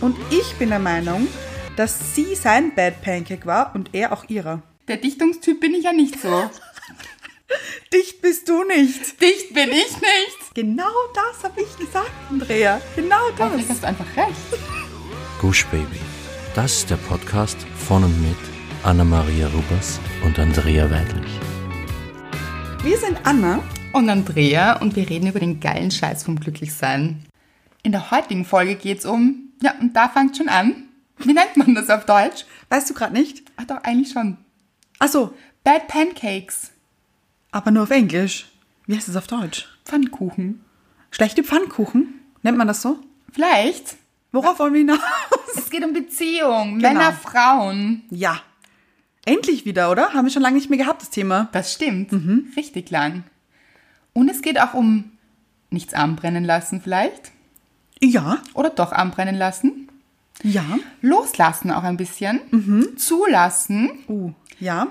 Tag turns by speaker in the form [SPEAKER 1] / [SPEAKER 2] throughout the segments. [SPEAKER 1] Und ich bin der Meinung, dass sie sein Bad Pancake war und er auch ihrer.
[SPEAKER 2] Der Dichtungstyp bin ich ja nicht so.
[SPEAKER 1] Dicht bist du nicht.
[SPEAKER 2] Dicht bin ich nicht.
[SPEAKER 1] Genau das habe ich gesagt, Andrea. Genau
[SPEAKER 2] Aber vielleicht
[SPEAKER 1] das.
[SPEAKER 2] hast du einfach recht.
[SPEAKER 3] Gush Baby. Das ist der Podcast von und mit Anna-Maria Rubers und Andrea Weidlich.
[SPEAKER 1] Wir sind Anna.
[SPEAKER 2] Und Andrea und wir reden über den geilen Scheiß vom Glücklichsein. In der heutigen Folge geht's um, ja, und da fängt schon an. Wie nennt man das auf Deutsch?
[SPEAKER 1] Weißt du gerade nicht?
[SPEAKER 2] Ach doch, eigentlich schon.
[SPEAKER 1] Ach so,
[SPEAKER 2] Bad Pancakes.
[SPEAKER 1] aber nur auf Englisch. Wie heißt es auf Deutsch?
[SPEAKER 2] Pfannkuchen.
[SPEAKER 1] Schlechte Pfannkuchen? Nennt man das so?
[SPEAKER 2] Vielleicht.
[SPEAKER 1] Worauf wollen wir hinaus?
[SPEAKER 2] Es geht um Beziehung. Männer, Frauen.
[SPEAKER 1] Ja. Endlich wieder, oder? Haben wir schon lange nicht mehr gehabt, das Thema.
[SPEAKER 2] Das stimmt. Richtig lang. Und es geht auch um nichts anbrennen lassen vielleicht.
[SPEAKER 1] Ja,
[SPEAKER 2] Oder doch anbrennen lassen.
[SPEAKER 1] ja.
[SPEAKER 2] Loslassen auch ein bisschen.
[SPEAKER 1] Mhm.
[SPEAKER 2] Zulassen.
[SPEAKER 1] Uh, ja.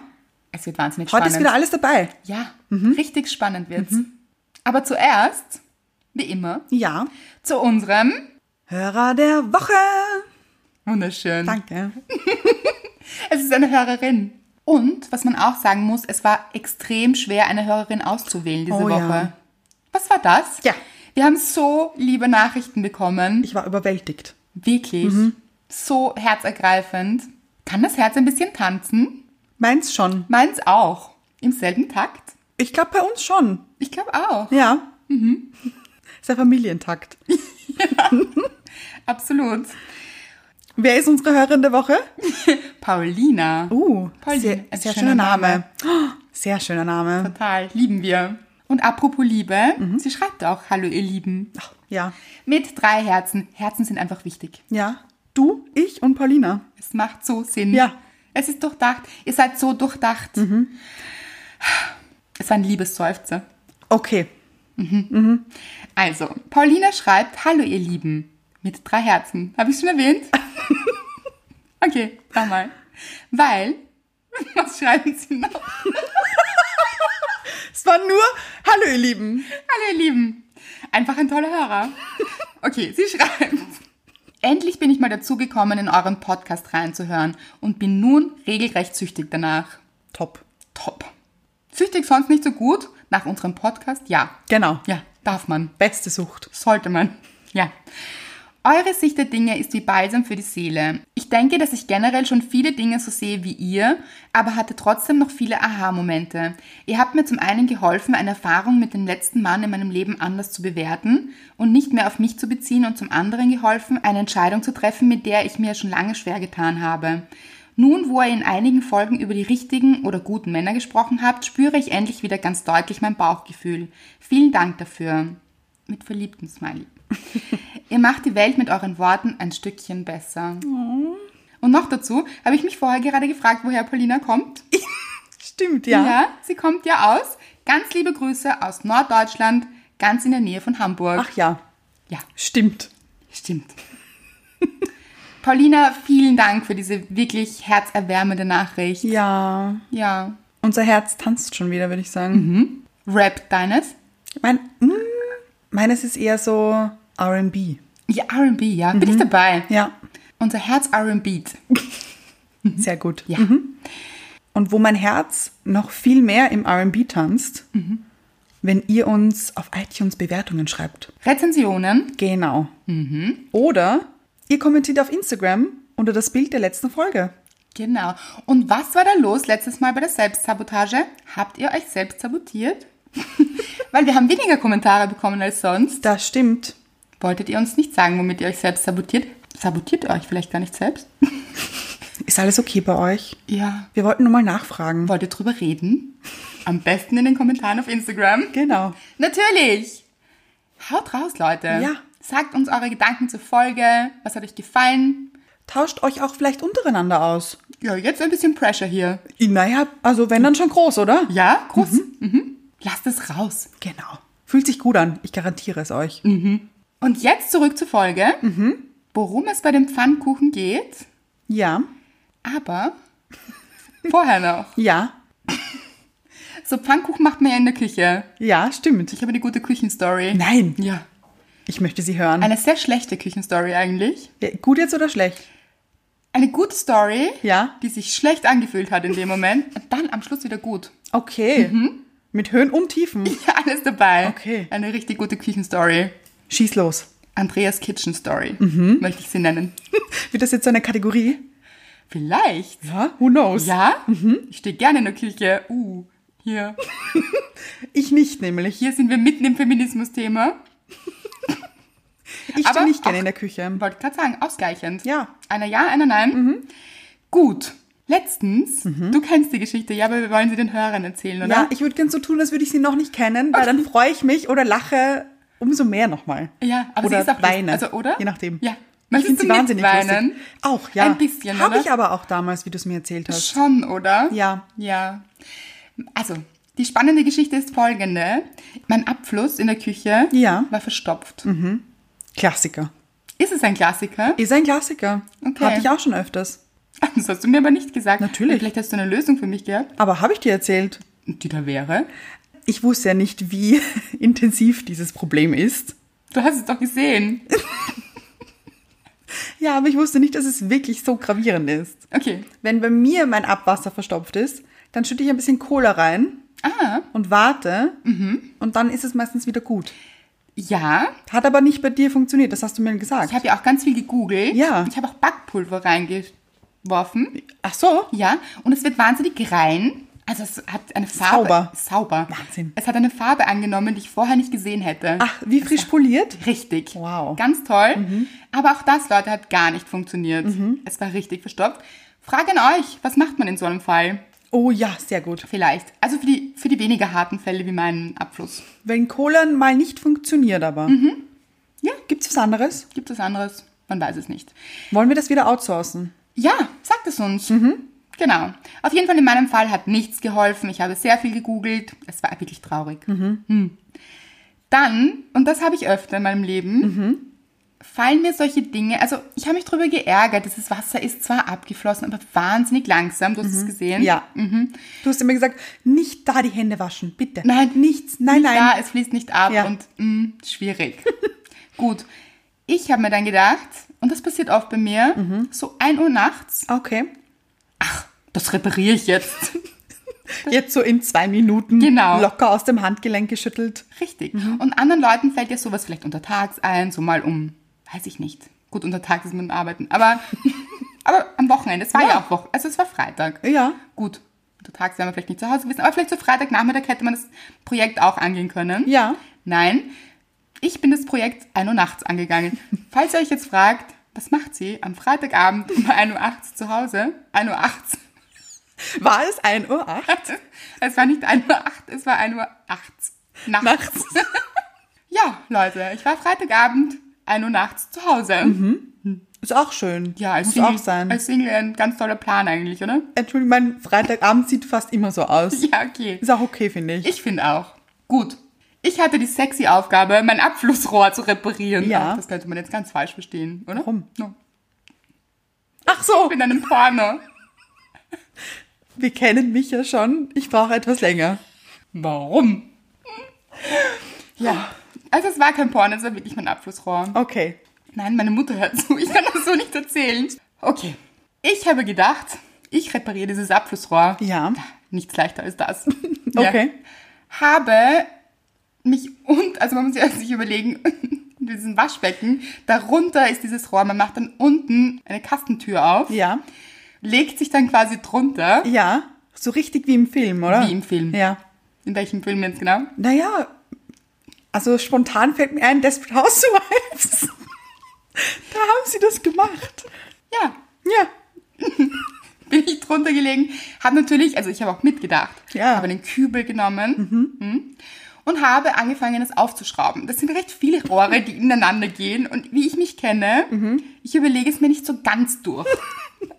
[SPEAKER 2] Es wird wahnsinnig
[SPEAKER 1] Heute
[SPEAKER 2] spannend.
[SPEAKER 1] ist wieder Mhm. alles dabei.
[SPEAKER 2] Ja, richtig spannend wird's. Aber zuerst, wie immer,
[SPEAKER 1] Ja.
[SPEAKER 2] zu unserem
[SPEAKER 1] Hörer der Woche.
[SPEAKER 2] wunderschön.
[SPEAKER 1] Danke.
[SPEAKER 2] Es ist eine Hörerin. Und was man auch sagen muss, es war extrem schwer, eine Hörerin auszuwählen diese
[SPEAKER 1] Oh
[SPEAKER 2] Woche.
[SPEAKER 1] ja.
[SPEAKER 2] Was war das?
[SPEAKER 1] Ja.
[SPEAKER 2] Wir haben so liebe Nachrichten bekommen.
[SPEAKER 1] Ich Mhm. war überwältigt.
[SPEAKER 2] Wirklich. So herzergreifend. Kann das Herz ein bisschen tanzen?
[SPEAKER 1] Meins schon.
[SPEAKER 2] Meins auch. Im selben Takt?
[SPEAKER 1] Ich glaube bei uns schon.
[SPEAKER 2] Ich glaube auch.
[SPEAKER 1] Ja. Mhm. Ist der Familientakt.
[SPEAKER 2] Absolut.
[SPEAKER 1] Wer ist unsere Hörerin der Woche?
[SPEAKER 2] Paulina.
[SPEAKER 1] Uh,
[SPEAKER 2] Pauline.
[SPEAKER 1] sehr,
[SPEAKER 2] Ein
[SPEAKER 1] sehr
[SPEAKER 2] schöner
[SPEAKER 1] schöner Name. Oh, Sehr schöner Name.
[SPEAKER 2] Total, lieben wir. Und apropos Liebe,
[SPEAKER 1] Mhm.
[SPEAKER 2] sie schreibt auch, hallo ihr Lieben.
[SPEAKER 1] Ja.
[SPEAKER 2] Mit drei Herzen. Herzen sind einfach wichtig.
[SPEAKER 1] Ja. Du, ich und Paulina.
[SPEAKER 2] Es macht so Sinn.
[SPEAKER 1] Ja. Mhm.
[SPEAKER 2] Es ist durchdacht. Ihr seid so durchdacht. Es war ein liebes Seufzer.
[SPEAKER 1] Okay.
[SPEAKER 2] Also, Paulina schreibt, hallo ihr Lieben. Mit drei Herzen. Habe ich schon erwähnt? okay, nochmal. Weil, was schreiben sie noch?
[SPEAKER 1] Es war nur Hallo, ihr Lieben.
[SPEAKER 2] Hallo ihr Lieben. Einfach ein toller Hörer. Okay, sie schreibt. Endlich bin ich mal dazu gekommen, in euren Podcast reinzuhören und bin nun regelrecht süchtig danach.
[SPEAKER 1] Top.
[SPEAKER 2] Top. Süchtig sonst nicht so gut? Nach unserem Podcast? Ja.
[SPEAKER 1] Genau.
[SPEAKER 2] Ja, darf man.
[SPEAKER 1] Beste Sucht.
[SPEAKER 2] Sollte man. Ja. Eure Sicht der Dinge ist wie Balsam für die Seele. Ich denke, dass ich generell schon viele Dinge so sehe wie ihr, aber hatte trotzdem noch viele Aha-Momente. Ihr habt mir zum einen geholfen, eine Erfahrung mit dem letzten Mann in meinem Leben anders zu bewerten und nicht mehr auf mich zu beziehen und zum anderen geholfen, eine Entscheidung zu treffen, mit der ich mir schon lange schwer getan habe. Nun, wo ihr in einigen Folgen über die richtigen oder guten Männer gesprochen habt, spüre ich endlich wieder ganz deutlich mein Bauchgefühl. Vielen Dank dafür mit verliebtem Smiley. Ihr macht die Welt mit euren Worten ein Stückchen besser.
[SPEAKER 1] Oh.
[SPEAKER 2] Und noch dazu habe ich mich vorher gerade gefragt, woher Paulina kommt.
[SPEAKER 1] Stimmt, ja.
[SPEAKER 2] sie kommt ja aus. Ganz liebe Grüße aus Norddeutschland, ganz in der Nähe von Hamburg.
[SPEAKER 1] Ach ja.
[SPEAKER 2] Ja,
[SPEAKER 1] Stimmt.
[SPEAKER 2] stimmt. Paulina, vielen Dank für diese wirklich herzerwärmende Nachricht.
[SPEAKER 1] Ja. Mhm.
[SPEAKER 2] Ja.
[SPEAKER 1] Unser Herz tanzt schon wieder, würde ich sagen.
[SPEAKER 2] Rap deines?
[SPEAKER 1] Mein, mm, meines ist eher so RB.
[SPEAKER 2] Ja, RB, ja. Bin ich dabei.
[SPEAKER 1] Mhm. Ja.
[SPEAKER 2] Unser Herz RB.
[SPEAKER 1] Sehr gut.
[SPEAKER 2] Ja.
[SPEAKER 1] Und wo mein Herz noch viel mehr im RB tanzt, wenn ihr uns auf iTunes Bewertungen schreibt.
[SPEAKER 2] Rezensionen.
[SPEAKER 1] Genau. Oder ihr kommentiert auf Instagram unter das Bild der letzten Folge.
[SPEAKER 2] Genau. Und was war da los letztes Mal bei der Selbstsabotage? Habt ihr euch selbst sabotiert? Weil wir haben weniger Kommentare bekommen als sonst.
[SPEAKER 1] Das stimmt.
[SPEAKER 2] Wolltet ihr uns nicht sagen, womit ihr euch selbst sabotiert? Sabotiert ihr euch vielleicht gar nicht selbst?
[SPEAKER 1] Ist alles okay bei euch?
[SPEAKER 2] Ja.
[SPEAKER 1] Wir wollten nur mal nachfragen.
[SPEAKER 2] Wollt ihr drüber reden? Am besten in den Kommentaren auf Instagram.
[SPEAKER 1] Genau.
[SPEAKER 2] Natürlich! Haut raus, Leute.
[SPEAKER 1] Ja.
[SPEAKER 2] Sagt uns eure Gedanken zur Folge. Was hat euch gefallen?
[SPEAKER 1] Tauscht euch auch vielleicht untereinander aus.
[SPEAKER 2] Ja, jetzt ein bisschen Pressure hier.
[SPEAKER 1] Naja, also wenn dann schon groß, oder?
[SPEAKER 2] Ja, groß? Mhm. Lasst es raus.
[SPEAKER 1] Genau. Fühlt sich gut an. Ich garantiere es euch.
[SPEAKER 2] Und jetzt zurück zur Folge,
[SPEAKER 1] Mhm.
[SPEAKER 2] worum es bei dem Pfannkuchen geht,
[SPEAKER 1] Ja.
[SPEAKER 2] aber vorher noch.
[SPEAKER 1] Ja.
[SPEAKER 2] So Pfannkuchen macht man ja in der Küche.
[SPEAKER 1] Ja, stimmt.
[SPEAKER 2] Ich habe eine gute Küchenstory.
[SPEAKER 1] Nein.
[SPEAKER 2] Ja.
[SPEAKER 1] Ich möchte sie hören.
[SPEAKER 2] Eine sehr schlechte Küchenstory eigentlich.
[SPEAKER 1] Ja, Gut jetzt oder schlecht?
[SPEAKER 2] Eine gute Story,
[SPEAKER 1] Ja.
[SPEAKER 2] die sich schlecht angefühlt hat in dem Moment, und dann am Schluss wieder gut.
[SPEAKER 1] Okay.
[SPEAKER 2] Mhm.
[SPEAKER 1] Mit Höhen und Tiefen.
[SPEAKER 2] Ja, alles dabei.
[SPEAKER 1] Okay.
[SPEAKER 2] Eine richtig gute Küchenstory.
[SPEAKER 1] Schieß los.
[SPEAKER 2] Andreas Kitchen Story,
[SPEAKER 1] Mhm.
[SPEAKER 2] möchte ich sie nennen.
[SPEAKER 1] Wird das jetzt so eine Kategorie?
[SPEAKER 2] Vielleicht.
[SPEAKER 1] Ja, who knows?
[SPEAKER 2] Ja?
[SPEAKER 1] Mhm.
[SPEAKER 2] Ich stehe gerne in der Küche. Uh, hier.
[SPEAKER 1] Ich nicht nämlich.
[SPEAKER 2] Hier sind wir mitten im Feminismus-Thema.
[SPEAKER 1] Ich stehe
[SPEAKER 2] Aber
[SPEAKER 1] nicht gerne
[SPEAKER 2] auch-
[SPEAKER 1] in der Küche.
[SPEAKER 2] Wollte gerade sagen, ausgleichend.
[SPEAKER 1] Ja. Mhm.
[SPEAKER 2] Einer ja, einer nein. Gut. Letztens, du kennst die Geschichte, ja, aber wir wollen sie den Hörern erzählen, oder?
[SPEAKER 1] Ja, ich würde gern so tun, als würde ich sie noch nicht kennen, weil dann freue ich mich oder lache umso mehr nochmal.
[SPEAKER 2] Ja, aber
[SPEAKER 1] oder
[SPEAKER 2] sie ist auch
[SPEAKER 1] weine.
[SPEAKER 2] Also, oder?
[SPEAKER 1] Je nachdem.
[SPEAKER 2] Ja.
[SPEAKER 1] Ich finde
[SPEAKER 2] Möchtest
[SPEAKER 1] sie
[SPEAKER 2] du mit
[SPEAKER 1] wahnsinnig
[SPEAKER 2] weinen?
[SPEAKER 1] lustig. Auch, ja.
[SPEAKER 2] Ein bisschen,
[SPEAKER 1] Habe
[SPEAKER 2] oder?
[SPEAKER 1] ich aber auch damals, wie du es mir erzählt hast.
[SPEAKER 2] Schon, oder?
[SPEAKER 1] Ja.
[SPEAKER 2] Ja. Also, die spannende Geschichte ist folgende. Mein Abfluss in der Küche
[SPEAKER 1] Ja. Mhm.
[SPEAKER 2] war verstopft.
[SPEAKER 1] Klassiker.
[SPEAKER 2] Ist es ein Klassiker?
[SPEAKER 1] Ist ein Klassiker.
[SPEAKER 2] Okay.
[SPEAKER 1] Hatte ich auch schon öfters.
[SPEAKER 2] Das hast du mir aber nicht gesagt.
[SPEAKER 1] Natürlich.
[SPEAKER 2] Vielleicht hast du eine Lösung für mich gehabt,
[SPEAKER 1] Aber habe ich dir erzählt?
[SPEAKER 2] die da wäre.
[SPEAKER 1] Ich wusste ja nicht, wie intensiv dieses Problem ist.
[SPEAKER 2] Du hast es doch gesehen.
[SPEAKER 1] Ja, aber ich wusste nicht, dass es wirklich so gravierend ist.
[SPEAKER 2] Okay.
[SPEAKER 1] Wenn bei mir mein Abwasser verstopft ist, dann schütte ich ein bisschen Cola rein
[SPEAKER 2] Ah, Mhm.
[SPEAKER 1] und warte und dann ist es meistens wieder gut.
[SPEAKER 2] ja.
[SPEAKER 1] Hat aber nicht bei dir funktioniert, das hast du mir gesagt.
[SPEAKER 2] Ich habe ja auch ganz viel gegoogelt.
[SPEAKER 1] Ja.
[SPEAKER 2] Ich habe auch Backpulver reingeworfen.
[SPEAKER 1] Ach so?
[SPEAKER 2] Ja, und es wird wahnsinnig rein. Also es hat eine Farbe.
[SPEAKER 1] Sauber.
[SPEAKER 2] Sauber.
[SPEAKER 1] Wahnsinn.
[SPEAKER 2] Es hat eine Farbe angenommen, die ich vorher nicht gesehen hätte.
[SPEAKER 1] Ach, wie frisch poliert?
[SPEAKER 2] Richtig.
[SPEAKER 1] Wow. Mhm.
[SPEAKER 2] Ganz toll. Aber auch das, Leute, hat gar nicht funktioniert. Es war richtig verstopft. Frage an euch, was macht man in so einem Fall?
[SPEAKER 1] Oh ja, sehr gut.
[SPEAKER 2] Vielleicht. Also für die, für die weniger harten Fälle wie meinen Abfluss.
[SPEAKER 1] Wenn Cola mal nicht funktioniert, aber.
[SPEAKER 2] Mhm. Ja.
[SPEAKER 1] Gibt's was anderes?
[SPEAKER 2] Gibt es anderes? Man weiß es nicht.
[SPEAKER 1] Wollen wir das wieder outsourcen?
[SPEAKER 2] Ja, sagt es uns.
[SPEAKER 1] Mhm.
[SPEAKER 2] Genau. Auf jeden Fall in meinem Fall hat nichts geholfen. Ich habe sehr viel gegoogelt. Es war wirklich traurig.
[SPEAKER 1] Mhm.
[SPEAKER 2] Hm. Dann, und das habe ich öfter in meinem Leben,
[SPEAKER 1] Mhm.
[SPEAKER 2] fallen mir solche Dinge, also ich habe mich darüber geärgert, dieses Wasser ist zwar abgeflossen, aber wahnsinnig langsam, du hast es gesehen.
[SPEAKER 1] Mhm. Ja.
[SPEAKER 2] Mhm.
[SPEAKER 1] Du hast immer gesagt, nicht da die Hände waschen, bitte.
[SPEAKER 2] Nein.
[SPEAKER 1] nichts. Nein,
[SPEAKER 2] Nicht
[SPEAKER 1] nein.
[SPEAKER 2] Da, es fließt nicht ab
[SPEAKER 1] Ja.
[SPEAKER 2] und mh, schwierig. Gut. Ich habe mir dann gedacht, und das passiert oft bei mir,
[SPEAKER 1] Mhm.
[SPEAKER 2] so 1 Uhr nachts,
[SPEAKER 1] Okay.
[SPEAKER 2] das repariere ich jetzt.
[SPEAKER 1] Jetzt so in zwei Minuten
[SPEAKER 2] Genau.
[SPEAKER 1] locker aus dem Handgelenk geschüttelt.
[SPEAKER 2] Richtig.
[SPEAKER 1] Mhm.
[SPEAKER 2] Und anderen Leuten fällt ja sowas vielleicht untertags ein, so mal um, weiß ich nicht. Gut, untertags ist man am Arbeiten, aber, aber am Wochenende, es war ja,
[SPEAKER 1] Ja.
[SPEAKER 2] auch Woche, also es war Freitag.
[SPEAKER 1] Ja.
[SPEAKER 2] Gut, untertags wären wir vielleicht nicht zu Hause gewesen, aber vielleicht so Freitagnachmittag hätte man das Projekt auch angehen können.
[SPEAKER 1] Ja.
[SPEAKER 2] Nein, ich bin das Projekt 1 Uhr nachts angegangen. Falls ihr euch jetzt fragt, was macht sie am Freitagabend um 1 Uhr nachts zu Hause? 1 Uhr nachts.
[SPEAKER 1] War es 1 Uhr? acht?
[SPEAKER 2] Es war nicht 1 Uhr acht, es war 1 Uhr achts. Nachts.
[SPEAKER 1] Nachts.
[SPEAKER 2] Ja, Leute, ich war Freitagabend 1 Uhr nachts zu Hause.
[SPEAKER 1] Ist auch schön.
[SPEAKER 2] Ja, als
[SPEAKER 1] Mhm. Muss
[SPEAKER 2] Single,
[SPEAKER 1] auch sein.
[SPEAKER 2] als Single ein ganz toller Plan eigentlich, oder?
[SPEAKER 1] Entschuldigung, mein Freitagabend sieht fast immer so aus.
[SPEAKER 2] Ja, okay.
[SPEAKER 1] Ist auch okay, finde ich.
[SPEAKER 2] Ich finde auch. Gut. Ich hatte die sexy Aufgabe, mein Abflussrohr zu reparieren.
[SPEAKER 1] Ja.
[SPEAKER 2] Ach, das könnte man jetzt ganz falsch verstehen, oder?
[SPEAKER 1] Warum?
[SPEAKER 2] No.
[SPEAKER 1] Ach so,
[SPEAKER 2] Ich bin einem Porno.
[SPEAKER 1] wir kennen mich ja schon. Ich brauche etwas länger.
[SPEAKER 2] Warum? Ja. Also es war kein Porno, es war wirklich mein Abflussrohr.
[SPEAKER 1] Okay.
[SPEAKER 2] Nein, meine Mutter hört zu. Ich kann das so nicht erzählen. Okay. Ich habe gedacht, ich repariere dieses Abflussrohr.
[SPEAKER 1] Ja.
[SPEAKER 2] Nichts leichter als das.
[SPEAKER 1] Okay.
[SPEAKER 2] Ja. Habe mich und, also man muss ja sich überlegen, in diesem Waschbecken, darunter ist dieses Rohr. Man macht dann unten eine Kastentür auf,
[SPEAKER 1] Ja.
[SPEAKER 2] legt sich dann quasi drunter.
[SPEAKER 1] Ja. So richtig wie im Film, oder?
[SPEAKER 2] Wie im Film.
[SPEAKER 1] Ja.
[SPEAKER 2] In welchem Film jetzt genau?
[SPEAKER 1] Naja, also spontan fällt mir ein, Desperate Housewives. da haben sie das gemacht.
[SPEAKER 2] Ja.
[SPEAKER 1] Ja.
[SPEAKER 2] Bin ich drunter gelegen, habe natürlich, also ich habe auch mitgedacht,
[SPEAKER 1] Ja.
[SPEAKER 2] habe einen Kübel genommen mhm, und habe angefangen, es aufzuschrauben. Das sind recht viele Rohre, die ineinander gehen und wie ich mich kenne,
[SPEAKER 1] Mhm.
[SPEAKER 2] ich überlege es mir nicht so ganz durch.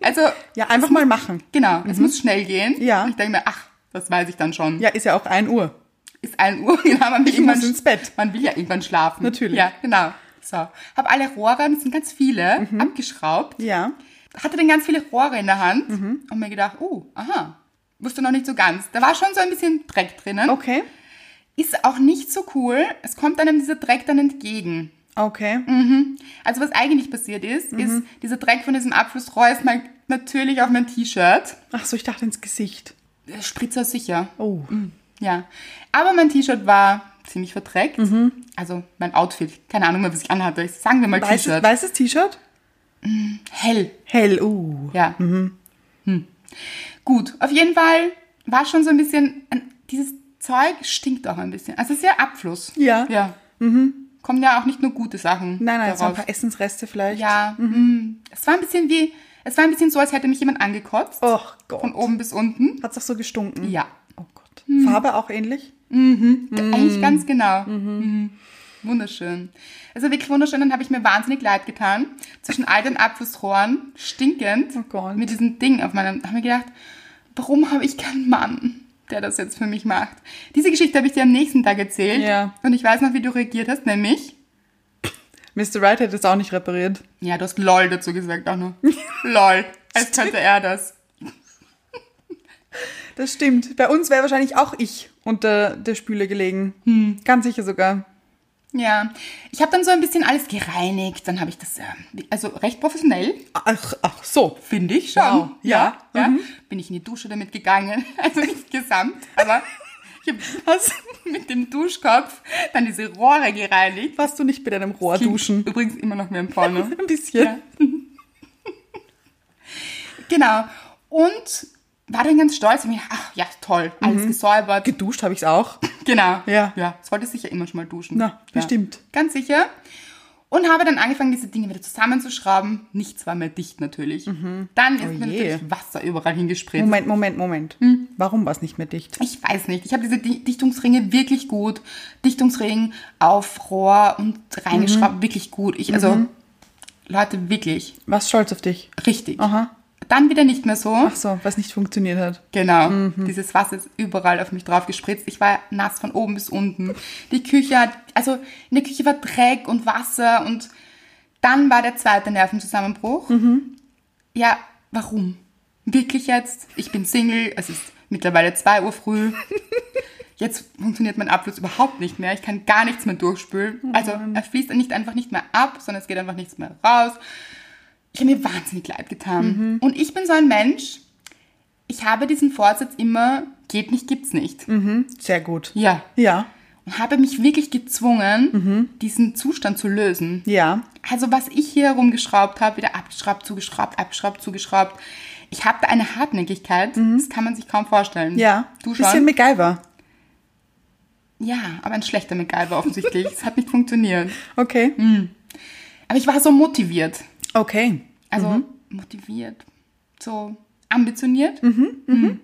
[SPEAKER 2] Also
[SPEAKER 1] Ja, einfach mal machen.
[SPEAKER 2] Genau, es muss schnell gehen.
[SPEAKER 1] Ja.
[SPEAKER 2] Und ich denke mir, ach, das weiß ich dann schon.
[SPEAKER 1] Ja, ist ja auch 1 Uhr.
[SPEAKER 2] Ist 1 Uhr, genau, man will
[SPEAKER 1] Ich
[SPEAKER 2] irgendwann
[SPEAKER 1] muss ins Bett.
[SPEAKER 2] Man will ja irgendwann schlafen.
[SPEAKER 1] Natürlich.
[SPEAKER 2] Ja, genau. So, habe alle Rohre, das sind ganz viele,
[SPEAKER 1] Mhm.
[SPEAKER 2] abgeschraubt.
[SPEAKER 1] Ja.
[SPEAKER 2] Hatte dann ganz viele Rohre in der Hand und mir gedacht, oh, aha, wusste noch nicht so ganz. Da war schon so ein bisschen Dreck drinnen.
[SPEAKER 1] Okay.
[SPEAKER 2] Ist auch nicht so cool. Es kommt einem dieser Dreck dann entgegen.
[SPEAKER 1] Okay.
[SPEAKER 2] Also was eigentlich passiert ist, ist, dieser Dreck von diesem Abfluss reust mal natürlich auf mein T-Shirt.
[SPEAKER 1] Ach so, ich dachte ins Gesicht.
[SPEAKER 2] Spritzer sicher.
[SPEAKER 1] Oh.
[SPEAKER 2] Ja. Aber mein T-Shirt war ziemlich verdreckt. Also mein Outfit. Keine Ahnung mehr, was ich anhatte. Ich- Sagen wir mal
[SPEAKER 1] Weißes,
[SPEAKER 2] T-Shirt.
[SPEAKER 1] weißes T-Shirt?
[SPEAKER 2] Hell.
[SPEAKER 1] Hell, uh.
[SPEAKER 2] Ja. Hm. Gut, auf jeden Fall war schon so ein bisschen, ein- dieses Zeug stinkt auch ein bisschen. Also es ist ja Abfluss.
[SPEAKER 1] Ja. Mhm.
[SPEAKER 2] Ja. Kommen ja auch nicht nur gute Sachen
[SPEAKER 1] Nein, nein, jetzt noch ein
[SPEAKER 2] daraus.
[SPEAKER 1] paar Essensreste vielleicht.
[SPEAKER 2] Ja, mhm. es war ein bisschen wie, es war ein bisschen so, als hätte mich jemand angekotzt.
[SPEAKER 1] Och Gott.
[SPEAKER 2] Von oben bis unten.
[SPEAKER 1] Hat's auch so gestunken?
[SPEAKER 2] Ja,
[SPEAKER 1] Oh Gott. Farbe auch ähnlich?
[SPEAKER 2] eigentlich ganz genau. Mhm. Wunderschön. Also wirklich wunderschön, dann habe ich mir wahnsinnig leid getan. Zwischen all den Abflussrohren, stinkend,
[SPEAKER 1] Oh Gott.
[SPEAKER 2] mit diesem Ding auf meinem, habe mir gedacht, warum habe ich keinen Mann, der das jetzt für mich macht? Diese Geschichte habe ich dir am nächsten Tag erzählt.
[SPEAKER 1] Ja.
[SPEAKER 2] Und ich weiß noch, wie du reagiert hast, nämlich,
[SPEAKER 1] Mr. Wright hätte es auch nicht repariert.
[SPEAKER 2] ja, du hast LOL dazu gesagt auch noch. LOL, als könnte er das.
[SPEAKER 1] Das stimmt. Bei uns wäre wahrscheinlich auch ich unter der Spüle gelegen. Ganz sicher sogar.
[SPEAKER 2] Ja, ich habe dann so ein bisschen alles gereinigt. Dann habe ich das, äh, also recht professionell,
[SPEAKER 1] Ach, ach so.
[SPEAKER 2] finde ich schon.
[SPEAKER 1] Wow.
[SPEAKER 2] Ja,
[SPEAKER 1] Ja, Mhm.
[SPEAKER 2] ja. Bin ich in die Dusche damit gegangen. Also nicht gesamt, aber ich habe
[SPEAKER 1] Was?
[SPEAKER 2] mit dem Duschkopf dann diese Rohre gereinigt.
[SPEAKER 1] Warst du nicht mit einem Rohr duschen?
[SPEAKER 2] Übrigens immer noch mehr im Porno.
[SPEAKER 1] Ein bisschen.
[SPEAKER 2] Ja. genau. Und war dann ganz stolz. Ich mir, gedacht, ach ja, toll, alles gesäubert.
[SPEAKER 1] Geduscht habe ich es auch.
[SPEAKER 2] Genau.
[SPEAKER 1] Mhm. Ja.
[SPEAKER 2] Ja, sollte sicher immer schon mal duschen.
[SPEAKER 1] Na, bestimmt.
[SPEAKER 2] Ja. Ganz sicher. Und habe dann angefangen, diese Dinge wieder zusammenzuschrauben. Nichts war mehr dicht natürlich. Dann ist
[SPEAKER 1] Oh
[SPEAKER 2] mir
[SPEAKER 1] je. Oh
[SPEAKER 2] natürlich Wasser überall hingespritzt.
[SPEAKER 1] Moment, Moment, Moment. Warum war es nicht mehr dicht?
[SPEAKER 2] Ich weiß nicht. Ich habe diese Di- Dichtungsringe wirklich gut. Dichtungsring auf Rohr und
[SPEAKER 1] Mhm.
[SPEAKER 2] reingeschraubt, wirklich gut. Ich, also, Leute, wirklich.
[SPEAKER 1] Warst stolz auf dich?
[SPEAKER 2] Richtig.
[SPEAKER 1] Aha.
[SPEAKER 2] Dann wieder nicht mehr so.
[SPEAKER 1] Ach so, was nicht funktioniert hat.
[SPEAKER 2] Genau. Dieses Wasser ist überall auf mich drauf gespritzt. Ich war nass von oben bis unten. Die Küche hat, also in der Küche war Dreck und Wasser und dann war der zweite Nervenzusammenbruch. Ja, warum? Wirklich jetzt? Ich bin Single, es ist mittlerweile 2 Uhr früh. Jetzt funktioniert mein Abfluss überhaupt nicht mehr. Ich kann gar nichts mehr durchspülen. Also er fließt nicht einfach nicht mehr ab, sondern es geht einfach nichts mehr raus. Ich habe mir wahnsinnig leid getan. Und ich bin so ein Mensch, ich habe diesen Vorsatz immer, geht nicht, gibt's nicht.
[SPEAKER 1] Sehr gut.
[SPEAKER 2] Ja.
[SPEAKER 1] Ja,
[SPEAKER 2] Und habe mich wirklich gezwungen, diesen Zustand zu lösen.
[SPEAKER 1] ja.
[SPEAKER 2] Also was ich hier rumgeschraubt habe, wieder abgeschraubt, zugeschraubt, abgeschraubt, zugeschraubt. Ich habe da eine Hartnäckigkeit, das kann man sich kaum vorstellen.
[SPEAKER 1] Mhm. Ja.
[SPEAKER 2] Du schon?
[SPEAKER 1] Bisschen MacGyver.
[SPEAKER 2] ja, aber ein schlechter MacGyver offensichtlich. Es hat nicht funktioniert.
[SPEAKER 1] Okay.
[SPEAKER 2] Mhm. Aber ich war so motiviert.
[SPEAKER 1] Okay.
[SPEAKER 2] Also motiviert, so ambitioniert. Mhm.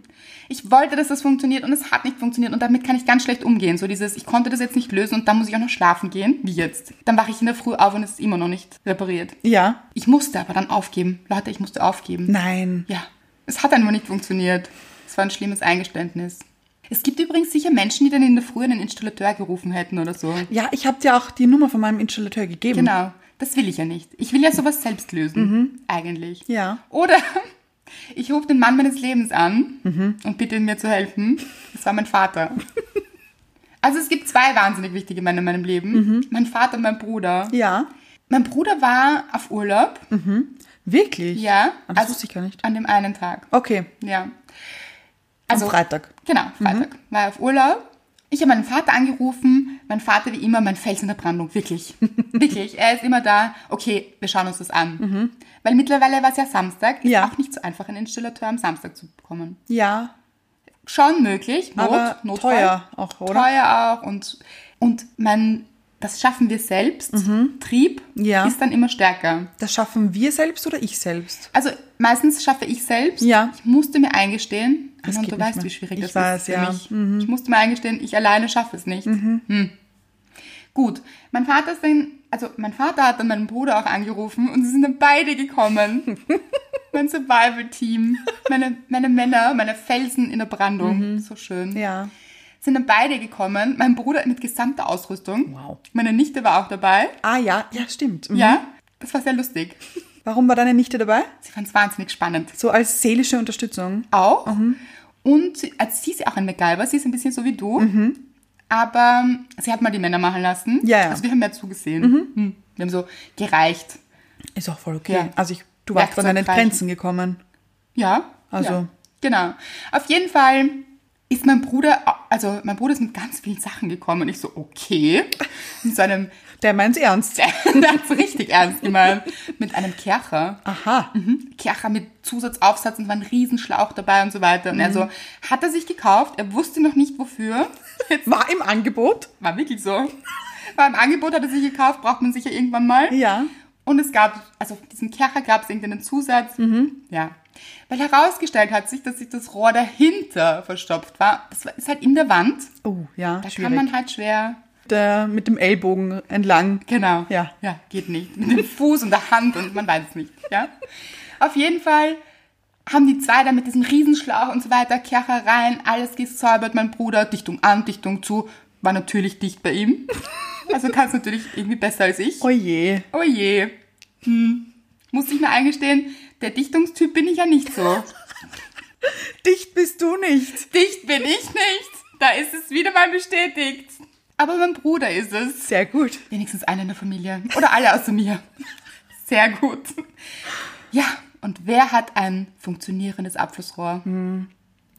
[SPEAKER 2] Ich wollte, dass das funktioniert und es hat nicht funktioniert und damit kann ich ganz schlecht umgehen. So dieses, ich konnte das jetzt nicht lösen und dann muss ich auch noch schlafen gehen, wie jetzt. Dann wache ich in der Früh auf und es ist immer noch nicht repariert.
[SPEAKER 1] Ja.
[SPEAKER 2] Ich musste aber dann aufgeben. Leute, ich musste aufgeben.
[SPEAKER 1] Nein.
[SPEAKER 2] Ja, es hat einfach nicht funktioniert. Es war ein schlimmes Eingeständnis. Es gibt übrigens sicher Menschen, die dann in der Früh einen Installateur gerufen hätten oder so.
[SPEAKER 1] Ja, ich habe dir auch die Nummer von meinem Installateur gegeben.
[SPEAKER 2] Genau, das will ich ja nicht. Ich will ja sowas selbst lösen, eigentlich.
[SPEAKER 1] Mhm. Ja.
[SPEAKER 2] Oder ich rufe den Mann meines Lebens an
[SPEAKER 1] Mhm.
[SPEAKER 2] und bitte ihn mir zu helfen. Das war mein Vater. Also es gibt zwei wahnsinnig wichtige Männer in meinem Leben.
[SPEAKER 1] Mhm.
[SPEAKER 2] Mein Vater und mein Bruder.
[SPEAKER 1] Ja.
[SPEAKER 2] Mein Bruder war auf Urlaub.
[SPEAKER 1] Wirklich?
[SPEAKER 2] Ja.
[SPEAKER 1] Mhm.
[SPEAKER 2] also
[SPEAKER 1] Ah, das wusste ich gar nicht.
[SPEAKER 2] An dem einen Tag.
[SPEAKER 1] Okay.
[SPEAKER 2] Ja.
[SPEAKER 1] Also, Am Freitag.
[SPEAKER 2] Genau, Freitag war er auf Urlaub. Ich habe meinen Vater angerufen. Mein Vater, wie immer, mein Fels in der Brandung. Wirklich. Wirklich. Er ist immer da. Okay, wir schauen uns das an. Weil mittlerweile war es ja Samstag. Ist
[SPEAKER 1] Mhm. Ja.
[SPEAKER 2] auch nicht so einfach, einen Installateur am Samstag zu bekommen.
[SPEAKER 1] Ja.
[SPEAKER 2] Schon möglich. Not,
[SPEAKER 1] Aber
[SPEAKER 2] Notfall.
[SPEAKER 1] teuer auch, oder?
[SPEAKER 2] Teuer auch. Und, und mein, das schaffen wir selbst. Trieb
[SPEAKER 1] Mhm. Ja.
[SPEAKER 2] ist dann immer stärker.
[SPEAKER 1] Das schaffen wir selbst oder ich selbst?
[SPEAKER 2] Also meistens schaffe ich selbst.
[SPEAKER 1] Ja.
[SPEAKER 2] Ich musste mir eingestehen,
[SPEAKER 1] Das
[SPEAKER 2] und
[SPEAKER 1] geht
[SPEAKER 2] du
[SPEAKER 1] nicht
[SPEAKER 2] weißt,
[SPEAKER 1] mehr.
[SPEAKER 2] wie schwierig
[SPEAKER 1] Ich
[SPEAKER 2] das
[SPEAKER 1] weiß,
[SPEAKER 2] ist für
[SPEAKER 1] ja. Mhm.
[SPEAKER 2] mich. Ich musste mir eingestehen, ich alleine schaffe es nicht. Hm. Gut, mein Vater ist dann, also mein Vater hat dann meinen Bruder auch angerufen und sie sind dann beide gekommen. mein Survival-Team, meine, meine Männer, meine Felsen in der Brandung. So schön
[SPEAKER 1] Mhm. Ja.
[SPEAKER 2] sind dann beide gekommen. Mein Bruder mit gesamter Ausrüstung.
[SPEAKER 1] Wow.
[SPEAKER 2] Meine Nichte war auch dabei.
[SPEAKER 1] Ah ja, ja, stimmt. Mhm.
[SPEAKER 2] Ja, das war sehr lustig.
[SPEAKER 1] Warum war deine Nichte dabei?
[SPEAKER 2] Sie fand es wahnsinnig spannend.
[SPEAKER 1] So als seelische Unterstützung.
[SPEAKER 2] Auch. Und sie- also sie ist ja auch ein MacGyver. Sie ist ein bisschen so wie du. aber sie hat mal die Männer machen lassen.
[SPEAKER 1] Mhm. Ja, Mhm. ja.
[SPEAKER 2] Also wir haben mehr zugesehen. Hm. Wir haben so gereicht.
[SPEAKER 1] Ist auch voll okay.
[SPEAKER 2] Ja.
[SPEAKER 1] Also ich, du warst an
[SPEAKER 2] Werkzeug
[SPEAKER 1] deine
[SPEAKER 2] reichen.
[SPEAKER 1] Grenzen gekommen.
[SPEAKER 2] Ja.
[SPEAKER 1] Also.
[SPEAKER 2] Ja, genau. Auf jeden Fall ist mein Bruder, also mein Bruder ist mit ganz vielen Sachen gekommen und ich so, okay. Mit so einem,
[SPEAKER 1] Der meint's ernst.
[SPEAKER 2] der hat's richtig ernst gemeint, mit einem Kercher.
[SPEAKER 1] Aha.
[SPEAKER 2] Kercher mit Zusatzaufsatz und war ein Riesenschlauch dabei und so weiter. Und
[SPEAKER 1] Mhm.
[SPEAKER 2] er so, hat er sich gekauft, er wusste noch nicht wofür.
[SPEAKER 1] War im Angebot.
[SPEAKER 2] War wirklich so. War im Angebot, hat er sich gekauft, braucht man sicher irgendwann mal.
[SPEAKER 1] Ja.
[SPEAKER 2] Und es gab, also auf diesem Kercher gab es irgendeinen Zusatz.
[SPEAKER 1] Mhm.
[SPEAKER 2] Ja. Weil herausgestellt hat sich, dass sich das Rohr dahinter verstopft war. Das war- ist halt in der Wand.
[SPEAKER 1] Oh, ja.
[SPEAKER 2] Da
[SPEAKER 1] schwierig.
[SPEAKER 2] kann man halt schwer.
[SPEAKER 1] Der mit dem Ellbogen entlang.
[SPEAKER 2] Genau.
[SPEAKER 1] Ja.
[SPEAKER 2] Ja, geht nicht. Mit dem Fuß und der Hand und man weiß es nicht. Ja. Auf jeden Fall haben die zwei da mit diesem Riesenschlauch und so weiter, Kercher rein, alles gesäubert, mein Bruder, Dichtung an, Dichtung zu, war natürlich dicht bei ihm. Also kannst natürlich irgendwie besser als ich.
[SPEAKER 1] Oh je.
[SPEAKER 2] Oh je. Hm. Muss ich mir eingestehen, der Dichtungstyp bin ich ja nicht so.
[SPEAKER 1] Dicht bist du nicht.
[SPEAKER 2] Dicht bin ich nicht. Da ist es wieder mal bestätigt. Aber mein Bruder ist es.
[SPEAKER 1] Sehr gut.
[SPEAKER 2] Wenigstens einer in der Familie. Oder alle außer mir. Sehr gut. Ja, und wer hat ein funktionierendes Abflussrohr?
[SPEAKER 1] Hm.